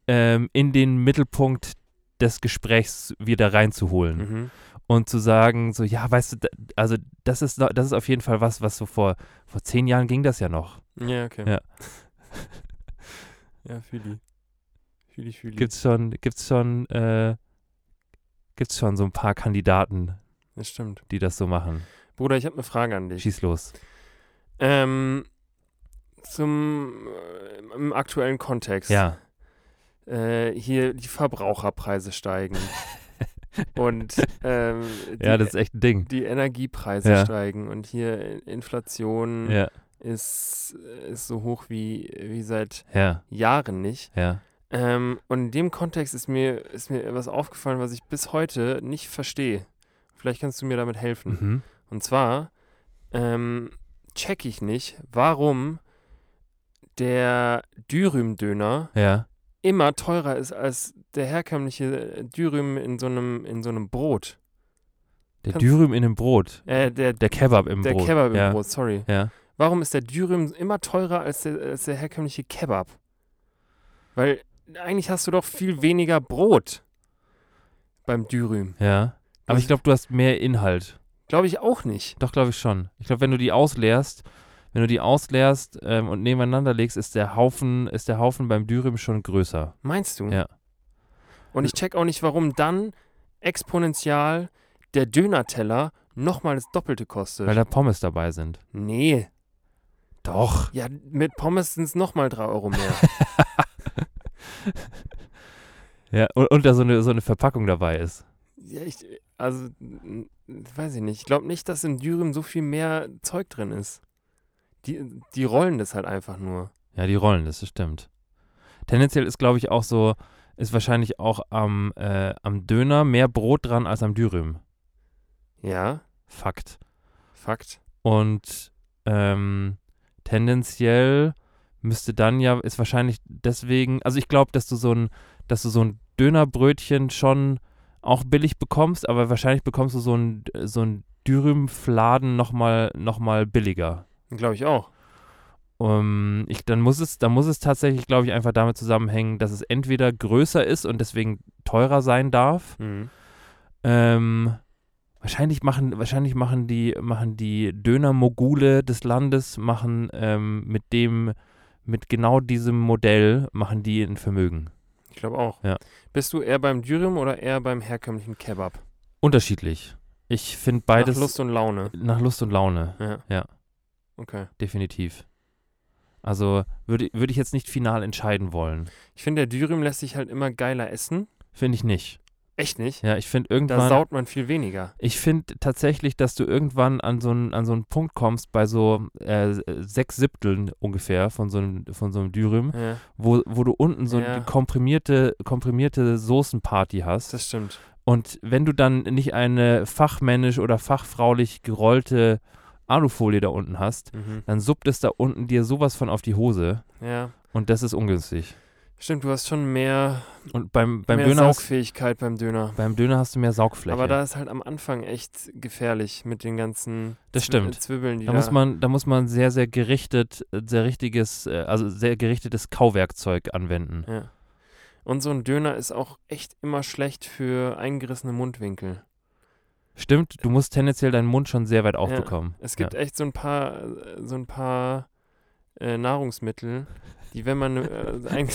S3: ähm, in den Mittelpunkt des Gesprächs wieder reinzuholen.
S1: Mhm.
S3: und zu sagen, so, ja, weißt du, da- also das ist, noch- das ist auf jeden Fall was, was so vor, vor zehn Jahren ging das ja noch.
S1: Ja, okay.
S3: Ja.
S1: ja, Füli. Füli, Füli.
S3: Gibt's schon, gibt's schon, äh, gibt's schon so ein paar Kandidaten,
S1: Das stimmt.
S3: die das so machen.
S1: Bruder, ich habe eine Frage an dich.
S3: Schieß los.
S1: Ähm, zum äh, im aktuellen Kontext.
S3: Ja.
S1: Äh, hier die Verbraucherpreise steigen. Und ähm, die, E-,
S3: Ja, das ist echt ein Ding.
S1: die Energiepreise
S3: Ja.
S1: steigen. Und hier Inflation
S3: Ja,
S1: ist, ist so hoch wie, wie seit
S3: ja,
S1: Jahren nicht.
S3: ja.
S1: Ähm, und in dem Kontext ist mir, ist mir was aufgefallen, was ich bis heute nicht verstehe. Vielleicht kannst du mir damit helfen.
S3: Mhm.
S1: Und zwar ähm, check ich nicht, warum der Dürüm-Döner
S3: Ja,
S1: immer teurer ist als der herkömmliche Dürüm in so einem, in so einem Brot.
S3: der
S1: Kannst-
S3: Dürüm in dem Brot.
S1: Äh, der,
S3: Der Kebab im
S1: der
S3: Brot.
S1: Kebab im
S3: ja.
S1: Brot, sorry.
S3: Ja.
S1: Warum ist der Dürüm immer teurer als der, als der herkömmliche Kebab? Weil eigentlich hast du doch viel weniger Brot beim Dürüm.
S3: Ja. Aber
S1: Das-
S3: ich glaube, du hast mehr Inhalt.
S1: Glaube ich auch nicht.
S3: Doch, glaube ich schon. Ich glaube, wenn du die ausleerst, wenn du die ausleerst ähm, und nebeneinander legst, ist der Haufen, ist der Haufen beim Dürüm schon größer.
S1: Meinst du?
S3: Ja.
S1: Und ich check auch nicht, warum dann exponentiell der Dönerteller nochmal das Doppelte kostet.
S3: Weil da Pommes dabei sind.
S1: nee.
S3: Doch.
S1: Ja, mit Pommes sind es nochmal 3 Euro mehr.
S3: Ja, und, und da so eine, so eine Verpackung dabei ist.
S1: ja, ich, also, n- weiß ich nicht. Ich glaube nicht, dass in Dürüm so viel mehr Zeug drin ist. Die, die rollen das halt einfach nur.
S3: Ja, die rollen, das stimmt. Tendenziell ist, glaube ich, auch so, ist wahrscheinlich auch am, äh, am Döner mehr Brot dran als am Dürüm.
S1: Ja,
S3: Fakt.
S1: Fakt.
S3: Und ähm, tendenziell müsste dann ja, ist wahrscheinlich deswegen, also ich glaube, dass du so ein, dass du so ein Dönerbrötchen schon auch billig bekommst, aber wahrscheinlich bekommst du so ein, so ein Dürümfladen nochmal noch mal billiger.
S1: Glaube ich auch.
S3: Ähm, ich, dann muss es, dann muss es tatsächlich, glaube ich, einfach damit zusammenhängen, dass es entweder größer ist und deswegen teurer sein darf. Ähm, wahrscheinlich machen, wahrscheinlich machen die, machen die Dönermogule des Landes, machen ähm, mit dem, mit genau diesem Modell, machen die ein Vermögen.
S1: Ich glaube auch.
S3: Ja.
S1: Bist du eher beim Dürüm oder eher beim herkömmlichen Kebab?
S3: Unterschiedlich. Ich finde beides
S1: Nach Lust und Laune.
S3: nach Lust und Laune,
S1: Ja.
S3: Ja.
S1: Okay.
S3: definitiv. Also würde würde ich jetzt nicht final entscheiden wollen.
S1: Ich finde, der Dürüm lässt sich halt immer geiler essen.
S3: Finde ich nicht.
S1: Echt nicht?
S3: Ja, ich finde
S1: Da
S3: irgendwann.
S1: saut man viel weniger.
S3: Ich finde tatsächlich, dass du irgendwann an so einen an so einen Punkt kommst bei so äh, sechs Siebteln ungefähr von so einem von so einem Dürüm,
S1: Ja,
S3: wo, wo du unten so
S1: Ja.
S3: eine komprimierte komprimierte Soßenparty hast.
S1: das stimmt.
S3: Und wenn du dann nicht eine fachmännisch oder fachfraulich gerollte Alufolie da unten hast,
S1: Mhm.
S3: dann suppt es da unten dir sowas von auf die Hose
S1: Ja.
S3: und das ist ungünstig.
S1: Stimmt, du hast schon mehr,
S3: Und beim beim
S1: mehr
S3: Döner hast,
S1: Saugfähigkeit beim Döner.
S3: beim Döner hast du mehr Saugfläche.
S1: Aber da ist halt am Anfang echt gefährlich mit den ganzen
S3: Das
S1: Zwi-
S3: stimmt.
S1: Zwiebeln, die
S3: Da
S1: da,
S3: muss man, da muss man sehr, sehr gerichtet, äh, sehr richtiges, äh, also sehr gerichtetes Kauwerkzeug anwenden.
S1: Ja. Und so ein Döner ist auch echt immer schlecht für eingerissene Mundwinkel.
S3: Stimmt, du musst tendenziell deinen Mund schon sehr weit aufbekommen.
S1: Es gibt echt so ein paar, äh, so ein paar äh, Nahrungsmittel, die, wenn man, äh, ein,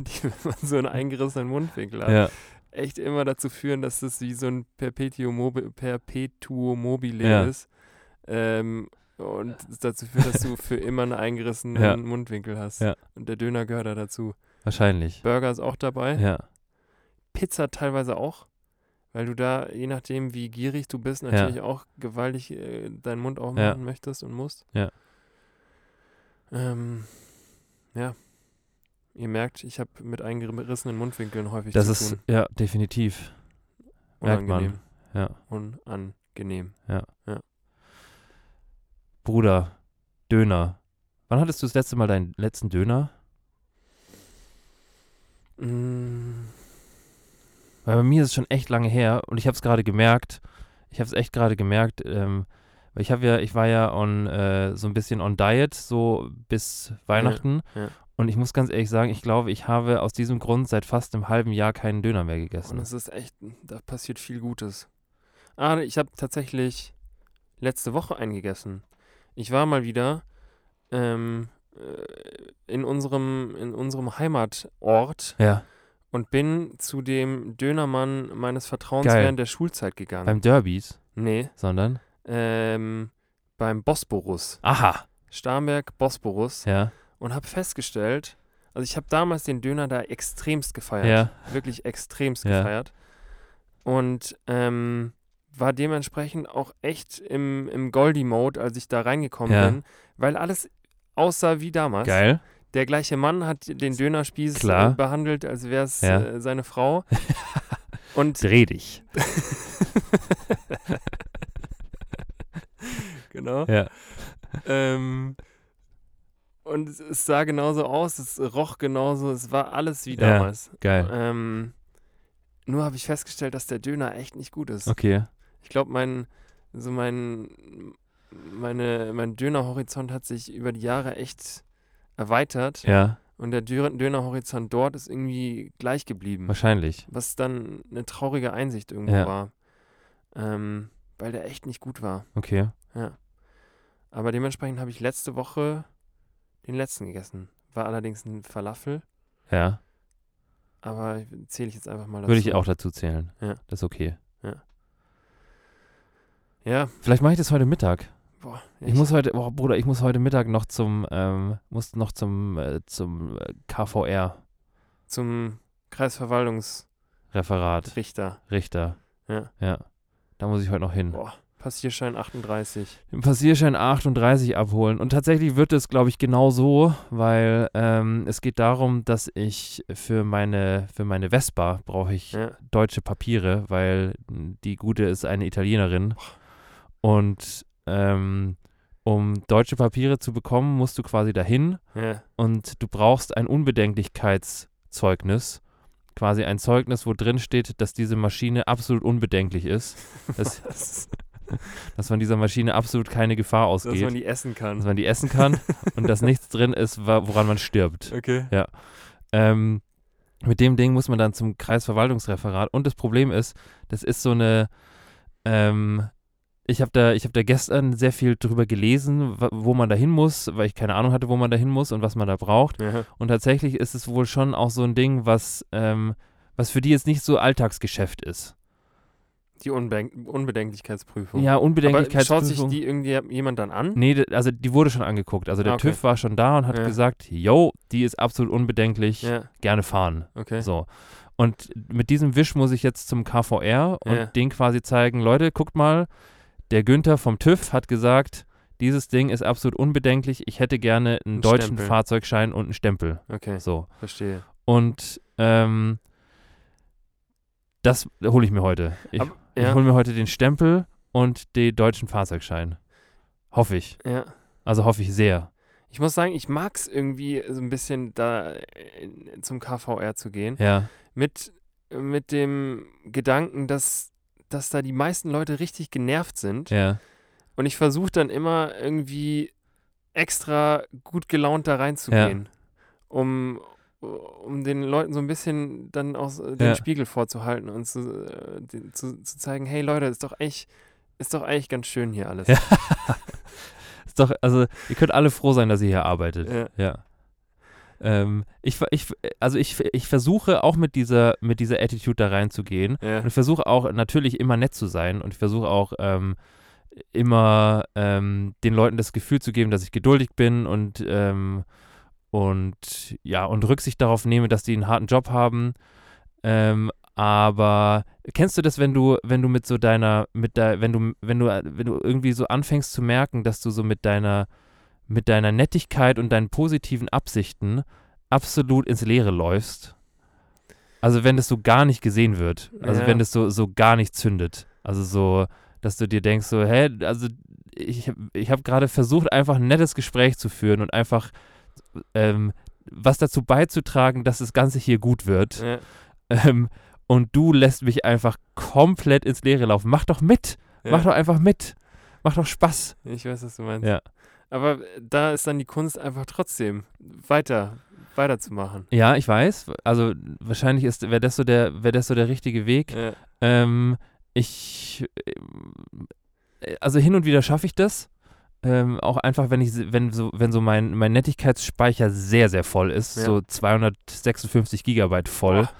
S1: die, wenn man so einen eingerissenen Mundwinkel hat,
S3: ja. ja,
S1: echt immer dazu führen, dass es wie so ein Perpetuum, mobi Perpetuum mobile
S3: Ja.
S1: ist. Ähm, und es dazu führt, dass du für immer einen eingerissenen
S3: Ja.
S1: Mundwinkel hast.
S3: Ja.
S1: Und der Döner gehört da dazu.
S3: Wahrscheinlich.
S1: Burger ist auch dabei.
S3: Ja.
S1: Pizza teilweise auch, weil du da, je nachdem, wie gierig du bist, natürlich auch gewaltig äh, deinen Mund aufmachen
S3: Ja.
S1: möchtest und musst.
S3: Ja.
S1: Ähm, ja. Ihr merkt, ich habe mit eingerissenen Mundwinkeln häufig
S3: Das
S1: zu
S3: ist,
S1: tun.
S3: ja, definitiv. merkt man.
S1: Unangenehm.
S3: Ja.
S1: Unangenehm.
S3: Bruder, Döner. Wann hattest du das letzte Mal deinen letzten Döner?
S1: Mm,
S3: Weil bei mir ist es schon echt lange her und ich habe es gerade gemerkt. Ich habe es echt gerade gemerkt. Ähm, weil ich habe ja, ich war ja on äh, so ein bisschen on Diet so bis Weihnachten
S1: ja.
S3: und ich muss ganz ehrlich sagen, ich glaube, ich habe aus diesem Grund seit fast einem halben Jahr keinen Döner mehr
S1: Und
S3: gegessen.
S1: es ist echt, da passiert viel Gutes. Ah, ich habe tatsächlich letzte Woche eingegessen. Ich war mal wieder ähm, äh, in, unserem, in unserem Heimatort
S3: Ja,
S1: und bin zu dem Dönermann meines Vertrauens
S3: Geil.
S1: während der Schulzeit gegangen.
S3: beim Derbys,
S1: nee,
S3: sondern
S1: ähm, beim Bosporus.
S3: aha,
S1: Starnberg Bosporus.
S3: ja,
S1: Und habe festgestellt, also ich habe damals den Döner da extremst gefeiert.
S3: ja,
S1: wirklich extremst
S3: Ja.
S1: gefeiert. Und ähm, war dementsprechend auch echt im, im Goldie-Mode, als ich da reingekommen
S3: Ja.
S1: bin, weil alles aussah wie damals.
S3: geil,
S1: Der gleiche Mann hat den Dönerspieß
S3: Klar.
S1: äh, behandelt, als wäre es
S3: Ja.
S1: äh, seine Frau. Und
S3: dreh dich.
S1: genau.
S3: Ja,
S1: Ähm, und es- es sah genauso aus, es roch genauso, es war alles wie
S3: Ja.
S1: damals.
S3: geil,
S1: Ähm, nur habe ich festgestellt, dass der Döner echt nicht gut ist.
S3: okay,
S1: Ich glaube, mein, so mein, meine, mein Dönerhorizont hat sich über die Jahre echt erweitert
S3: ja,
S1: und der Dö- Dönerhorizont dort ist irgendwie gleich geblieben,
S3: wahrscheinlich,
S1: was dann eine traurige Einsicht irgendwo
S3: Ja.
S1: war, ähm, weil der echt nicht gut war.
S3: okay.
S1: Aber dementsprechend habe ich letzte Woche den letzten gegessen. War allerdings ein Falafel,
S3: Ja,
S1: aber zähle ich jetzt einfach mal dazu.
S3: würde ich auch dazu zählen.
S1: Ja.
S3: Das ist okay.
S1: Ja,
S3: Vielleicht mache ich das heute Mittag.
S1: boah.
S3: Ich muss heute, boah, Bruder, ich muss heute Mittag noch zum, ähm, muss noch zum, äh, zum äh, KVR
S1: zum Kreisverwaltungsrichter.
S3: Referat Richter.
S1: Ja.
S3: Ja. Da muss ich heute noch hin.
S1: Boah, Passierschein 38.
S3: Den Passierschein 38 abholen. Und tatsächlich wird es, glaube ich, genau so, weil ähm, es geht darum, dass ich für meine, für meine Vespa brauche ich
S1: Ja.
S3: deutsche Papiere, weil die gute ist eine Italienerin. Und ähm, um deutsche Papiere zu bekommen, musst du quasi dahin
S1: Ja.
S3: und du brauchst ein Unbedenklichkeitszeugnis. Quasi ein Zeugnis, wo drin steht, dass diese Maschine absolut unbedenklich ist, Das-
S1: Was?
S3: dass von dieser Maschine absolut keine Gefahr ausgeht,
S1: Dass man die essen
S3: dass
S1: kann.
S3: man die essen kann und dass nichts drin ist, wa- woran man stirbt.
S1: Okay.
S3: Ähm, mit dem Ding muss man dann zum Kreisverwaltungsreferat. Und das Problem ist, das ist so eine. Ähm, ich habe da, ich hab da gestern sehr viel drüber gelesen, wa- wo man da hin muss, weil ich keine Ahnung hatte, wo man da hin muss und was man da braucht.
S1: Ja.
S3: Und tatsächlich ist es wohl schon auch so ein Ding, was, ähm, was für die jetzt nicht so Alltagsgeschäft ist.
S1: Die Unbedenk Unbedenklichkeitsprüfung.
S3: Ja,
S1: Aber schaut sich
S3: Unbedenklichkeitsprüfung.
S1: die irgendjemand dann an?
S3: nee, d- also die wurde schon angeguckt. Also der
S1: Ah, okay.
S3: TÜV war schon da und hat
S1: Ja.
S3: gesagt, yo, die ist absolut unbedenklich,
S1: Ja,
S3: gerne fahren.
S1: okay.
S3: So. Und mit diesem Wisch muss ich jetzt zum KVR und
S1: Ja.
S3: den quasi zeigen, Leute, guckt mal, der Günther vom TÜV hat gesagt, dieses Ding ist absolut unbedenklich, ich hätte gerne einen
S1: Ein
S3: deutschen
S1: Stempel.
S3: Fahrzeugschein und einen Stempel.
S1: Okay,
S3: So.
S1: verstehe.
S3: Und ähm, das hole ich mir heute. Ich,
S1: Aber-
S3: ich
S1: ja,
S3: hole mir heute den Stempel und den deutschen Fahrzeugschein. Hoffe ich.
S1: ja.
S3: Also hoffe ich sehr.
S1: Ich muss sagen, ich mag es irgendwie so ein bisschen da äh, zum KVR zu gehen.
S3: Ja.
S1: Mit, mit dem Gedanken, dass, dass da die meisten Leute richtig genervt sind.
S3: Ja.
S1: Und ich versuche dann immer irgendwie extra gut gelaunt da reinzugehen, um, um den Leuten so ein bisschen dann auch so den
S3: Ja.
S1: Spiegel vorzuhalten und zu, äh, den- zu, zu zeigen, hey Leute, ist doch eigentlich, ist doch eigentlich ganz schön hier alles.
S3: Ja. Ist doch, also, ihr könnt alle froh sein, dass ihr hier arbeitet.
S1: Ja.
S3: Ja. Ähm, ich, ver- ich, also ich, ich versuche auch mit dieser, mit dieser Attitude da reinzugehen.
S1: Ja.
S3: Und ich versuche auch natürlich immer nett zu sein und ich versuche auch ähm, immer ähm, den Leuten das Gefühl zu geben, dass ich geduldig bin und, ähm, und ja, und Rücksicht darauf nehme, dass die einen harten Job haben. Ähm, aber kennst du das, wenn du, wenn du mit so deiner, mit der, wenn du, wenn du, wenn du irgendwie so anfängst zu merken, dass du so mit deiner, mit deiner Nettigkeit und deinen positiven Absichten absolut ins Leere läufst? Also wenn das so gar nicht gesehen wird, also
S1: Ja.
S3: wenn das so, so gar nicht zündet, also so, dass du dir denkst so, hä, also ich, hab- ich habe gerade versucht, einfach ein nettes Gespräch zu führen und einfach ähm, was dazu beizutragen, dass das Ganze hier gut wird.
S1: Ja.
S3: Ähm, und du lässt mich einfach komplett ins Leere laufen. Mach doch mit.
S1: Ja.
S3: Mach doch einfach mit. Mach doch Spaß.
S1: Ich weiß, was du meinst.
S3: Ja.
S1: Aber da ist dann die Kunst einfach trotzdem weiter, weiterzumachen.
S3: Ja, ich weiß. Also wahrscheinlich ist wäre das so der wäre das so der richtige Weg.
S1: Ja.
S3: Ähm, ich ähm, äh, also hin und wieder schaffe ich das. Ähm, auch einfach, wenn ich se- wenn so wenn so mein mein Nettigkeitsspeicher sehr sehr voll ist,
S1: Ja.
S3: so 256 Gigabyte voll.
S1: Boah.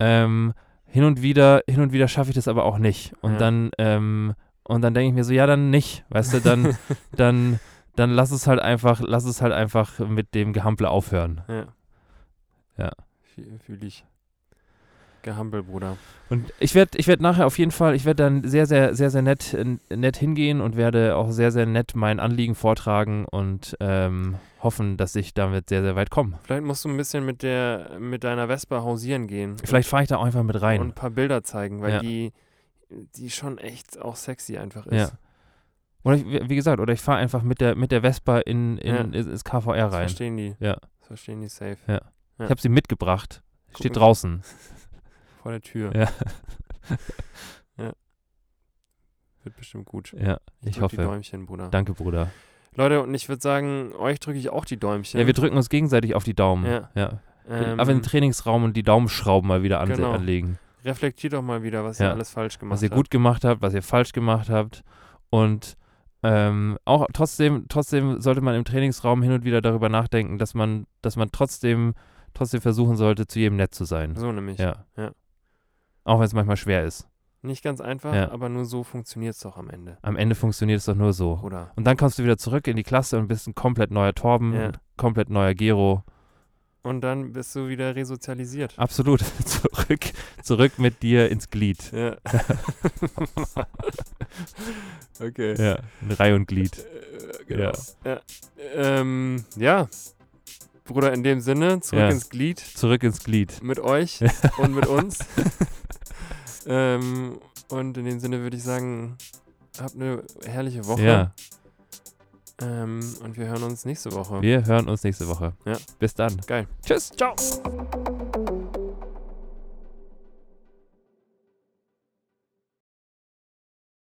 S3: ähm, hin und wieder, hin und wieder schaffe ich das aber auch nicht. Und
S1: Ja.
S3: dann, ähm, und dann denke ich mir so, ja, dann nicht, weißt du, dann, dann, dann lass es halt einfach, lass es halt einfach mit dem Gehample aufhören.
S1: Ja.
S3: Ja.
S1: Fühle ich. Gehampel, Bruder.
S3: Und ich werde, ich werde nachher auf jeden Fall, ich werde dann sehr, sehr, sehr, sehr nett, äh, nett hingehen und werde auch sehr, sehr nett mein Anliegen vortragen und ähm, hoffen, dass ich damit sehr, sehr weit komme.
S1: Vielleicht musst du ein bisschen mit der mit deiner Vespa hausieren gehen
S3: Vielleicht fahre ich da auch einfach mit
S1: und ein
S3: rein.
S1: paar Bilder zeigen, weil
S3: Ja.
S1: die die schon echt auch sexy einfach
S3: Ja.
S1: ist.
S3: Oder ich, wie gesagt, oder ich fahre einfach mit der, mit der Vespa in, in, ins KVR
S1: Das
S3: rein.
S1: verstehen die.
S3: Ja.
S1: Das verstehen die safe. Ja.
S3: Ich habe sie mitgebracht. Steht
S1: mal.
S3: draußen.
S1: Vor der Tür.
S3: Ja.
S1: Wird bestimmt gut.
S3: Ja,
S1: Drück
S3: ich
S1: die
S3: hoffe.
S1: Däumchen, Bruder.
S3: Danke, Bruder.
S1: Leute, und ich würde sagen, euch drücke ich auch die Däumchen.
S3: Ja, wir drücken uns gegenseitig auf die Daumen.
S1: Ja.
S3: Ja.
S1: ähm,
S3: Einfach in den Trainingsraum und die Daumenschrauben mal wieder an
S1: Genau.
S3: anlegen.
S1: Reflektiert doch mal wieder, was ihr
S3: Ja.
S1: alles falsch gemacht
S3: Was ihr
S1: habt.
S3: gut gemacht habt, was ihr falsch gemacht habt. Und ähm, auch trotzdem, trotzdem sollte man im Trainingsraum hin und wieder darüber nachdenken, dass man, dass man trotzdem, trotzdem versuchen sollte, zu jedem nett zu sein.
S1: So nämlich.
S3: Ja.
S1: Ja.
S3: Auch wenn es manchmal schwer ist.
S1: Nicht ganz einfach,
S3: Ja.
S1: aber nur so funktioniert es doch am Ende.
S3: Am Ende funktioniert es doch nur so.
S1: Oder?
S3: Und dann kommst du wieder zurück in die Klasse und bist ein komplett neuer Torben,
S1: Ja.
S3: ein komplett neuer Gero.
S1: Und dann bist du wieder resozialisiert.
S3: Absolut. Zurück, zurück mit dir ins Glied.
S1: Ja. okay.
S3: Ja, in Reihe und Glied.
S1: Äh,
S3: Ja.
S1: Ja. Ähm, ja. Bruder, in dem Sinne, zurück
S3: Ja.
S1: ins Glied
S3: Zurück ins Glied.
S1: mit euch und mit uns. ähm, und in dem Sinne würde ich sagen, habt eine herrliche Woche.
S3: Ja,
S1: Ähm, und wir hören uns nächste Woche.
S3: wir hören uns nächste Woche.
S1: Ja.
S3: Bis dann.
S1: Geil.
S3: Tschüss. Ciao.